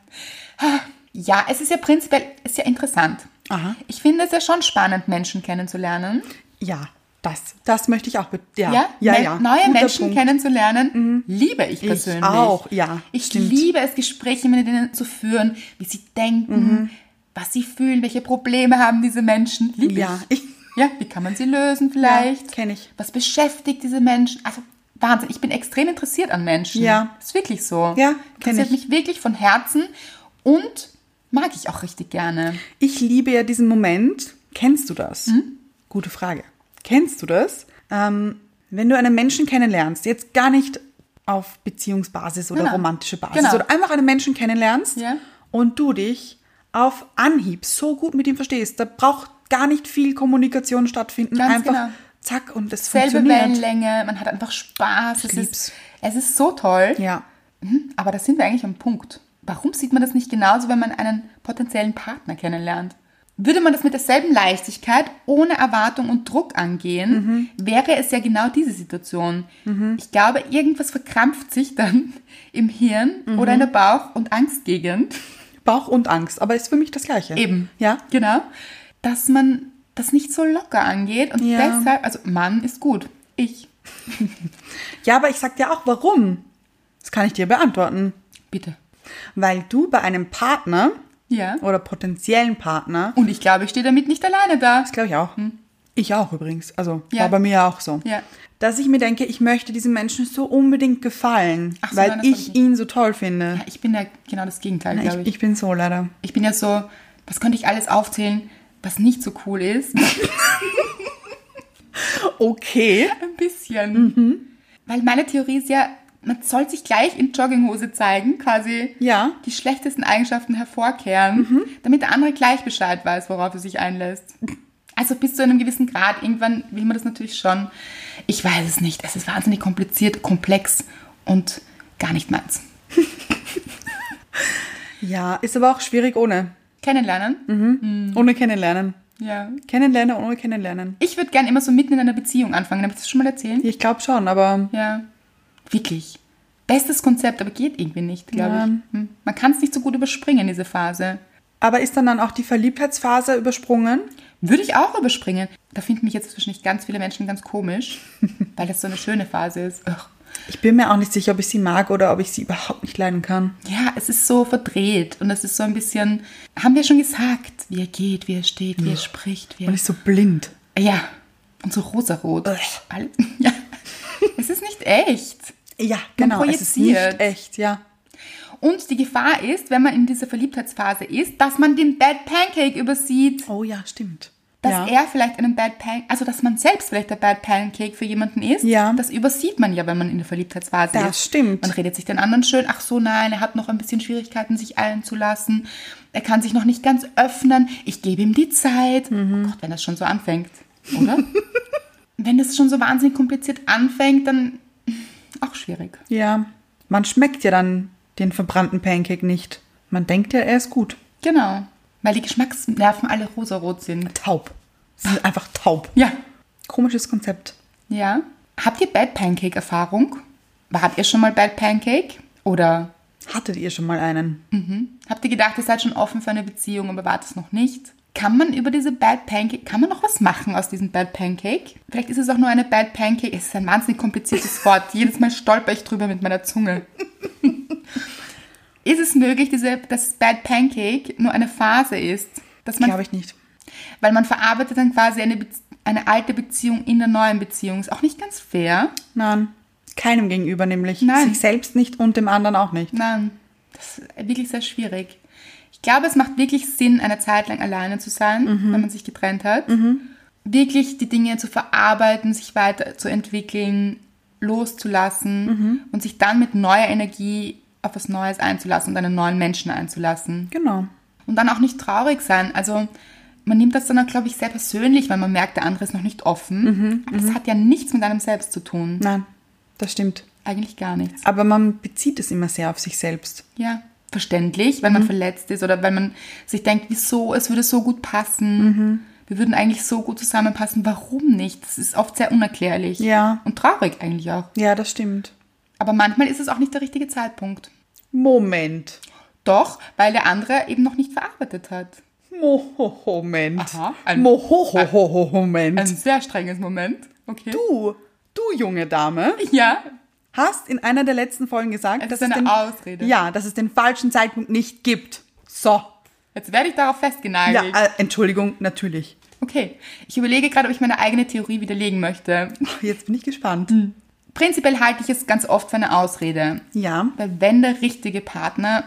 [SPEAKER 2] ja, es ist ja prinzipiell ist ja interessant.
[SPEAKER 1] Aha.
[SPEAKER 2] Ich finde es ja schon spannend, Menschen kennenzulernen.
[SPEAKER 1] Ja, das. Das möchte ich auch. be- Ja,
[SPEAKER 2] Ja,
[SPEAKER 1] Ah, ja.
[SPEAKER 2] Me-
[SPEAKER 1] ja.
[SPEAKER 2] neue
[SPEAKER 1] Guter
[SPEAKER 2] Menschen
[SPEAKER 1] Punkt. Mhm.
[SPEAKER 2] kennenzulernen, liebe ich
[SPEAKER 1] Ich
[SPEAKER 2] persönlich.
[SPEAKER 1] auch, ja,
[SPEAKER 2] Ich
[SPEAKER 1] stimmt.
[SPEAKER 2] liebe es, Gespräche mit denen zu führen, wie sie denken,
[SPEAKER 1] Mhm.
[SPEAKER 2] was sie fühlen, welche Probleme haben diese Menschen. Liebe
[SPEAKER 1] Ja,
[SPEAKER 2] ich.
[SPEAKER 1] ich-
[SPEAKER 2] Ja, wie kann man sie lösen vielleicht?
[SPEAKER 1] Ja, kenn ich.
[SPEAKER 2] Was beschäftigt diese Menschen? Also Wahnsinn, ich bin extrem interessiert an Menschen.
[SPEAKER 1] Ja.
[SPEAKER 2] Ist wirklich so.
[SPEAKER 1] Ja, kenn
[SPEAKER 2] Interessiert
[SPEAKER 1] ich.
[SPEAKER 2] mich wirklich von Herzen und mag ich auch richtig gerne.
[SPEAKER 1] Ich liebe ja diesen Moment. Kennst du das?
[SPEAKER 2] Hm?
[SPEAKER 1] Gute Frage. Kennst du das? Ähm, wenn du einen Menschen kennenlernst, jetzt gar nicht auf Beziehungsbasis oder
[SPEAKER 2] Genau.
[SPEAKER 1] romantische Basis,
[SPEAKER 2] Genau.
[SPEAKER 1] oder einfach einen Menschen kennenlernst
[SPEAKER 2] Ja.
[SPEAKER 1] und du dich auf Anhieb so gut mit ihm verstehst, da braucht gar nicht viel Kommunikation stattfinden,
[SPEAKER 2] Ganz
[SPEAKER 1] einfach
[SPEAKER 2] genau.
[SPEAKER 1] zack und es
[SPEAKER 2] Selbe
[SPEAKER 1] funktioniert.
[SPEAKER 2] Wellenlänge, man hat einfach Spaß.
[SPEAKER 1] Ich
[SPEAKER 2] es,
[SPEAKER 1] lieb's.
[SPEAKER 2] Ist, es ist so toll.
[SPEAKER 1] Ja,
[SPEAKER 2] Mhm, Aber da sind wir eigentlich am Punkt. Warum sieht man das nicht genauso, wenn man einen potenziellen Partner kennenlernt? Würde man das mit derselben Leichtigkeit, ohne Erwartung und Druck
[SPEAKER 1] Mhm.
[SPEAKER 2] angehen, wäre es ja genau diese Situation. Ich glaube, irgendwas verkrampft sich dann im Hirn oder
[SPEAKER 1] Mhm.
[SPEAKER 2] in der Bauch- und Angstgegend.
[SPEAKER 1] Bauch und Angst, aber ist für mich das Gleiche.
[SPEAKER 2] Eben.
[SPEAKER 1] Ja.
[SPEAKER 2] Genau. Dass man das nicht so locker angeht und
[SPEAKER 1] Ja.
[SPEAKER 2] deshalb, also Mann ist gut. Ich.
[SPEAKER 1] Ja, aber ich sag dir auch, warum. Das kann ich dir beantworten.
[SPEAKER 2] Bitte.
[SPEAKER 1] Weil du bei einem Partner
[SPEAKER 2] Ja.
[SPEAKER 1] oder potenziellen Partner,
[SPEAKER 2] Und ich glaube, ich stehe damit nicht alleine da.
[SPEAKER 1] das glaube ich auch. Ich auch übrigens. Also
[SPEAKER 2] Hm. Ja.
[SPEAKER 1] war bei mir auch so.
[SPEAKER 2] Ja.
[SPEAKER 1] Dass ich mir denke, ich möchte diesem Menschen so unbedingt gefallen,
[SPEAKER 2] Ach so,
[SPEAKER 1] weil
[SPEAKER 2] nein, das hab ich
[SPEAKER 1] ich
[SPEAKER 2] nicht.
[SPEAKER 1] ihn so toll finde.
[SPEAKER 2] Ja, Ich bin ja genau das Gegenteil,
[SPEAKER 1] ich,
[SPEAKER 2] glaube ich.
[SPEAKER 1] ich bin so leider.
[SPEAKER 2] Ich bin ja so, was könnte ich alles aufzählen, was nicht so cool ist?
[SPEAKER 1] Okay.
[SPEAKER 2] Ein bisschen. Weil meine Theorie ist ja, man soll sich gleich in Jogginghose zeigen, quasi
[SPEAKER 1] Ja.
[SPEAKER 2] die schlechtesten Eigenschaften hervorkehren, damit der andere gleich Bescheid weiß, worauf er sich einlässt. Also bis zu einem gewissen Grad. Irgendwann will man das natürlich schon. Ich weiß es nicht. Es ist wahnsinnig kompliziert, komplex und gar nicht meins.
[SPEAKER 1] Ja, ist aber auch schwierig ohne.
[SPEAKER 2] Kennenlernen? Hm.
[SPEAKER 1] Ohne Kennenlernen.
[SPEAKER 2] Ja.
[SPEAKER 1] Kennenlernen ohne Kennenlernen.
[SPEAKER 2] Ich würde gern immer so mitten in einer Beziehung anfangen. Habe ich das schon mal erzählt?
[SPEAKER 1] Ich glaube schon, aber
[SPEAKER 2] Ja, wirklich. Bestes Konzept, aber geht irgendwie nicht, glaube
[SPEAKER 1] Nein.
[SPEAKER 2] ich. Hm. Man kann es nicht so gut überspringen, diese Phase.
[SPEAKER 1] aber ist dann dann auch die Verliebtheitsphase übersprungen?
[SPEAKER 2] Würde ich auch überspringen. Da finden mich jetzt wahrscheinlich ganz viele Menschen ganz komisch, weil das so eine schöne Phase ist. Ugh.
[SPEAKER 1] Ich bin mir auch nicht sicher, ob ich sie mag oder ob ich sie überhaupt nicht leiden kann.
[SPEAKER 2] Ja, es ist so verdreht und es ist so ein bisschen, haben wir schon gesagt, wie er geht, wie er steht, wie er spricht, wie er
[SPEAKER 1] Und ich so blind.
[SPEAKER 2] Ja, und so rosarot.
[SPEAKER 1] Ugh.
[SPEAKER 2] Alles- Ja. Es ist nicht echt.
[SPEAKER 1] Ja,
[SPEAKER 2] Man
[SPEAKER 1] genau. Es ist nicht
[SPEAKER 2] projiziert.
[SPEAKER 1] echt, ja.
[SPEAKER 2] Und die Gefahr ist, wenn man in dieser Verliebtheitsphase ist, dass man den Bad Pancake übersieht.
[SPEAKER 1] Oh ja, stimmt.
[SPEAKER 2] dass
[SPEAKER 1] ja.
[SPEAKER 2] er vielleicht einen Bad Pancake, also dass man selbst vielleicht der Bad Pancake für jemanden ist,
[SPEAKER 1] Ja.
[SPEAKER 2] das übersieht man ja, wenn man in der Verliebtheitsphase ist.
[SPEAKER 1] Das stimmt.
[SPEAKER 2] Man redet sich den anderen schön, ach so, nein, er hat noch ein bisschen Schwierigkeiten, sich einzulassen, er kann sich noch nicht ganz öffnen, ich gebe ihm die Zeit.
[SPEAKER 1] Mhm.
[SPEAKER 2] Oh Gott, wenn das schon so anfängt, oder? wenn das schon so wahnsinnig kompliziert anfängt, dann auch schwierig.
[SPEAKER 1] ja. Man schmeckt ja dann den verbrannten Pancake nicht. Man denkt ja, er ist gut.
[SPEAKER 2] Genau, weil die Geschmacksnerven alle rosarot sind.
[SPEAKER 1] Taub. Sie sind einfach taub.
[SPEAKER 2] Ja,
[SPEAKER 1] Komisches Konzept.
[SPEAKER 2] Ja. Habt ihr Bad Pancake-Erfahrung? Habt ihr schon mal Bad Pancake? Oder
[SPEAKER 1] Hattet ihr schon mal einen?
[SPEAKER 2] habt ihr gedacht, ihr seid schon offen für eine Beziehung, aber wart es noch nicht? Kann man über diese Bad Pancake, kann man noch was machen aus diesem Bad Pancake? Vielleicht ist es auch nur eine Bad Pancake. Es ist ein wahnsinnig kompliziertes Wort. Jedes Mal stolper ich drüber mit meiner Zunge. ist es möglich, diese, dass Bad Pancake nur eine Phase ist? Dass man
[SPEAKER 1] Glaube ich nicht.
[SPEAKER 2] weil man verarbeitet dann quasi eine, Be eine alte Beziehung in der neuen Beziehung. Ist auch nicht ganz fair.
[SPEAKER 1] Nein. Keinem gegenüber nämlich.
[SPEAKER 2] Nein.
[SPEAKER 1] Sich selbst nicht und dem anderen auch nicht.
[SPEAKER 2] Nein, das ist wirklich sehr schwierig. Ich glaube, es macht wirklich Sinn, eine Zeit lang alleine zu sein, wenn man sich getrennt hat. Wirklich die Dinge zu verarbeiten, sich weiterzuentwickeln, loszulassen und sich dann mit neuer Energie auf was Neues einzulassen und einen neuen Menschen einzulassen.
[SPEAKER 1] Genau.
[SPEAKER 2] Und dann auch nicht traurig sein. Also man nimmt das dann, auch, glaube ich, sehr persönlich, weil man merkt, der andere ist noch nicht offen. Aber das hat ja nichts mit einem selbst zu tun.
[SPEAKER 1] Nein, das stimmt.
[SPEAKER 2] Eigentlich gar nichts.
[SPEAKER 1] Aber man bezieht es immer sehr auf sich selbst.
[SPEAKER 2] Ja, verständlich,
[SPEAKER 1] Mhm.
[SPEAKER 2] wenn man verletzt ist oder wenn man sich denkt, wieso, es würde so gut passen.
[SPEAKER 1] Mhm.
[SPEAKER 2] Wir würden eigentlich so gut zusammenpassen. Warum nicht? Das ist oft sehr unerklärlich.
[SPEAKER 1] Ja.
[SPEAKER 2] Und traurig eigentlich auch.
[SPEAKER 1] Ja, das stimmt.
[SPEAKER 2] Aber manchmal ist es auch nicht der richtige Zeitpunkt.
[SPEAKER 1] Moment.
[SPEAKER 2] Doch, weil der andere eben noch nicht verarbeitet hat.
[SPEAKER 1] Mohohoment.
[SPEAKER 2] Aha, ein-
[SPEAKER 1] Mohohohohoment.
[SPEAKER 2] Ein sehr strenges Moment. Okay.
[SPEAKER 1] du, du junge Dame,
[SPEAKER 2] Ja.
[SPEAKER 1] hast in einer der letzten Folgen gesagt,
[SPEAKER 2] Es
[SPEAKER 1] dass
[SPEAKER 2] ist eine
[SPEAKER 1] es den,
[SPEAKER 2] Ausrede.
[SPEAKER 1] Ja, dass es den falschen Zeitpunkt nicht gibt. So.
[SPEAKER 2] Jetzt werde ich darauf
[SPEAKER 1] Ja,
[SPEAKER 2] festgenagelt.
[SPEAKER 1] äh, Entschuldigung, natürlich.
[SPEAKER 2] okay. Ich überlege gerade, ob ich meine eigene Theorie widerlegen möchte.
[SPEAKER 1] Ach, Jetzt bin ich gespannt.
[SPEAKER 2] Hm. Prinzipiell halte ich es ganz oft für eine Ausrede.
[SPEAKER 1] Ja.
[SPEAKER 2] Weil wenn der richtige Partner,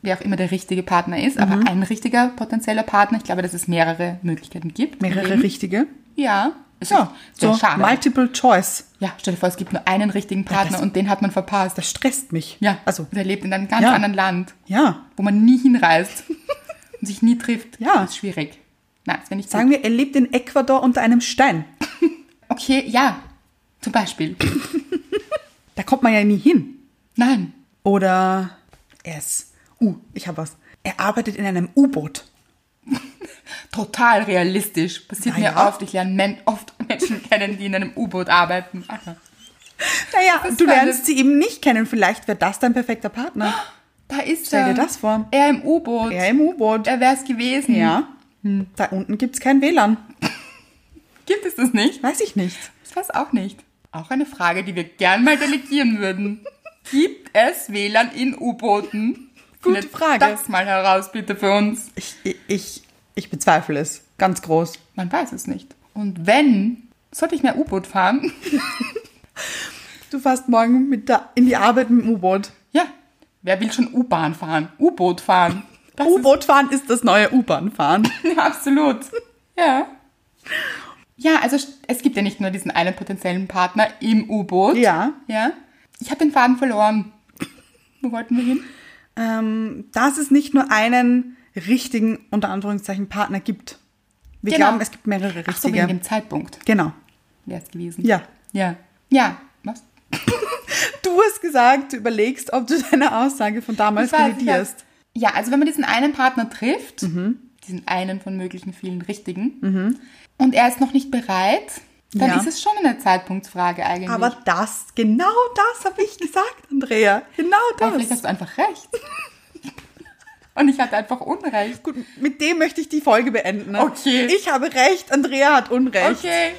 [SPEAKER 2] wer auch immer der richtige Partner ist,
[SPEAKER 1] Mhm.
[SPEAKER 2] aber ein richtiger potenzieller Partner, ich glaube, dass es mehrere Möglichkeiten gibt.
[SPEAKER 1] Mehrere richtige.
[SPEAKER 2] Ja. Es
[SPEAKER 1] Ja,
[SPEAKER 2] ist sehr
[SPEAKER 1] so
[SPEAKER 2] schade.
[SPEAKER 1] Multiple Choice.
[SPEAKER 2] ja, stell dir vor, es gibt nur einen richtigen Partner
[SPEAKER 1] das-
[SPEAKER 2] und den hat man verpasst.
[SPEAKER 1] Das stresst mich.
[SPEAKER 2] ja,
[SPEAKER 1] Also,
[SPEAKER 2] der lebt in einem ganz
[SPEAKER 1] Ja.
[SPEAKER 2] anderen Land,
[SPEAKER 1] ja.
[SPEAKER 2] wo man nie hinreist und sich nie trifft.
[SPEAKER 1] Ja.
[SPEAKER 2] Das ist schwierig. Nein, das wäre nicht
[SPEAKER 1] Sagen wir, er lebt in Ecuador unter einem Stein.
[SPEAKER 2] gut. Okay, ja, zum Beispiel.
[SPEAKER 1] Da kommt man ja nie hin.
[SPEAKER 2] Nein,
[SPEAKER 1] Oder er ist Uh, ich habe was. Er arbeitet in einem U-Boot.
[SPEAKER 2] Total realistisch. Passiert
[SPEAKER 1] Na
[SPEAKER 2] mir
[SPEAKER 1] ja.
[SPEAKER 2] oft. Ich lerne men oft Menschen kennen, die in einem U-Boot arbeiten. Aha.
[SPEAKER 1] Naja,
[SPEAKER 2] Das
[SPEAKER 1] du
[SPEAKER 2] war
[SPEAKER 1] lernst
[SPEAKER 2] das-
[SPEAKER 1] sie eben nicht kennen. Vielleicht wäre das dein perfekter Partner.
[SPEAKER 2] Da ist
[SPEAKER 1] Stell dir
[SPEAKER 2] er.
[SPEAKER 1] das vor.
[SPEAKER 2] Er im U-Boot.
[SPEAKER 1] Er im U-Boot.
[SPEAKER 2] Er wäre es gewesen.
[SPEAKER 1] Ja. Da unten gibt es kein WLAN.
[SPEAKER 2] Gibt es das nicht?
[SPEAKER 1] Weiß ich nicht.
[SPEAKER 2] Ich weiß auch nicht. Auch eine Frage, die wir gern mal delegieren würden. Gibt es WLAN in U-Booten?
[SPEAKER 1] Gute
[SPEAKER 2] Findet
[SPEAKER 1] Frage.
[SPEAKER 2] Das mal heraus, bitte für uns.
[SPEAKER 1] Ich, ich, ich bezweifle es. Ganz groß.
[SPEAKER 2] Man weiß es nicht. Und wenn, sollte ich mehr U-Boot fahren?
[SPEAKER 1] Du fährst morgen mit der, in die Arbeit mit dem U-Boot.
[SPEAKER 2] Ja. Wer will schon U-Bahn fahren? U-Boot fahren. Das ist
[SPEAKER 1] U-Boot fahren ist das neue U-Bahn fahren.
[SPEAKER 2] Absolut. Ja. Ja, also st- es gibt ja nicht nur diesen einen potenziellen Partner im U-Boot.
[SPEAKER 1] Ja.
[SPEAKER 2] Ja. Ich habe den Faden verloren. Wo wollten wir hin?
[SPEAKER 1] ähm, dass es nicht nur einen richtigen, unter Anführungszeichen, Partner gibt. Wir
[SPEAKER 2] Genau.
[SPEAKER 1] glauben, es gibt mehrere richtige.
[SPEAKER 2] Ach so, wegen dem Zeitpunkt
[SPEAKER 1] genau.
[SPEAKER 2] wäre es gewesen.
[SPEAKER 1] Ja.
[SPEAKER 2] Ja. Ja. Was?
[SPEAKER 1] Du hast gesagt, du überlegst, ob du deine Aussage von damals
[SPEAKER 2] Ich weiß, ich weiß.
[SPEAKER 1] validierst. Mhm.
[SPEAKER 2] Ja, also wenn man diesen einen Partner trifft, diesen einen von möglichen vielen richtigen, und er ist noch nicht bereit, dann
[SPEAKER 1] Ja.
[SPEAKER 2] ist es schon eine Zeitpunktsfrage eigentlich.
[SPEAKER 1] Aber das, genau das habe ich gesagt, Andrea. Genau
[SPEAKER 2] Aber vielleicht
[SPEAKER 1] das.
[SPEAKER 2] hast du einfach recht. und ich hatte einfach Unrecht.
[SPEAKER 1] Gut, mit dem möchte ich die Folge beenden.
[SPEAKER 2] Okay.
[SPEAKER 1] Ich habe recht, Andrea hat Unrecht.
[SPEAKER 2] Okay.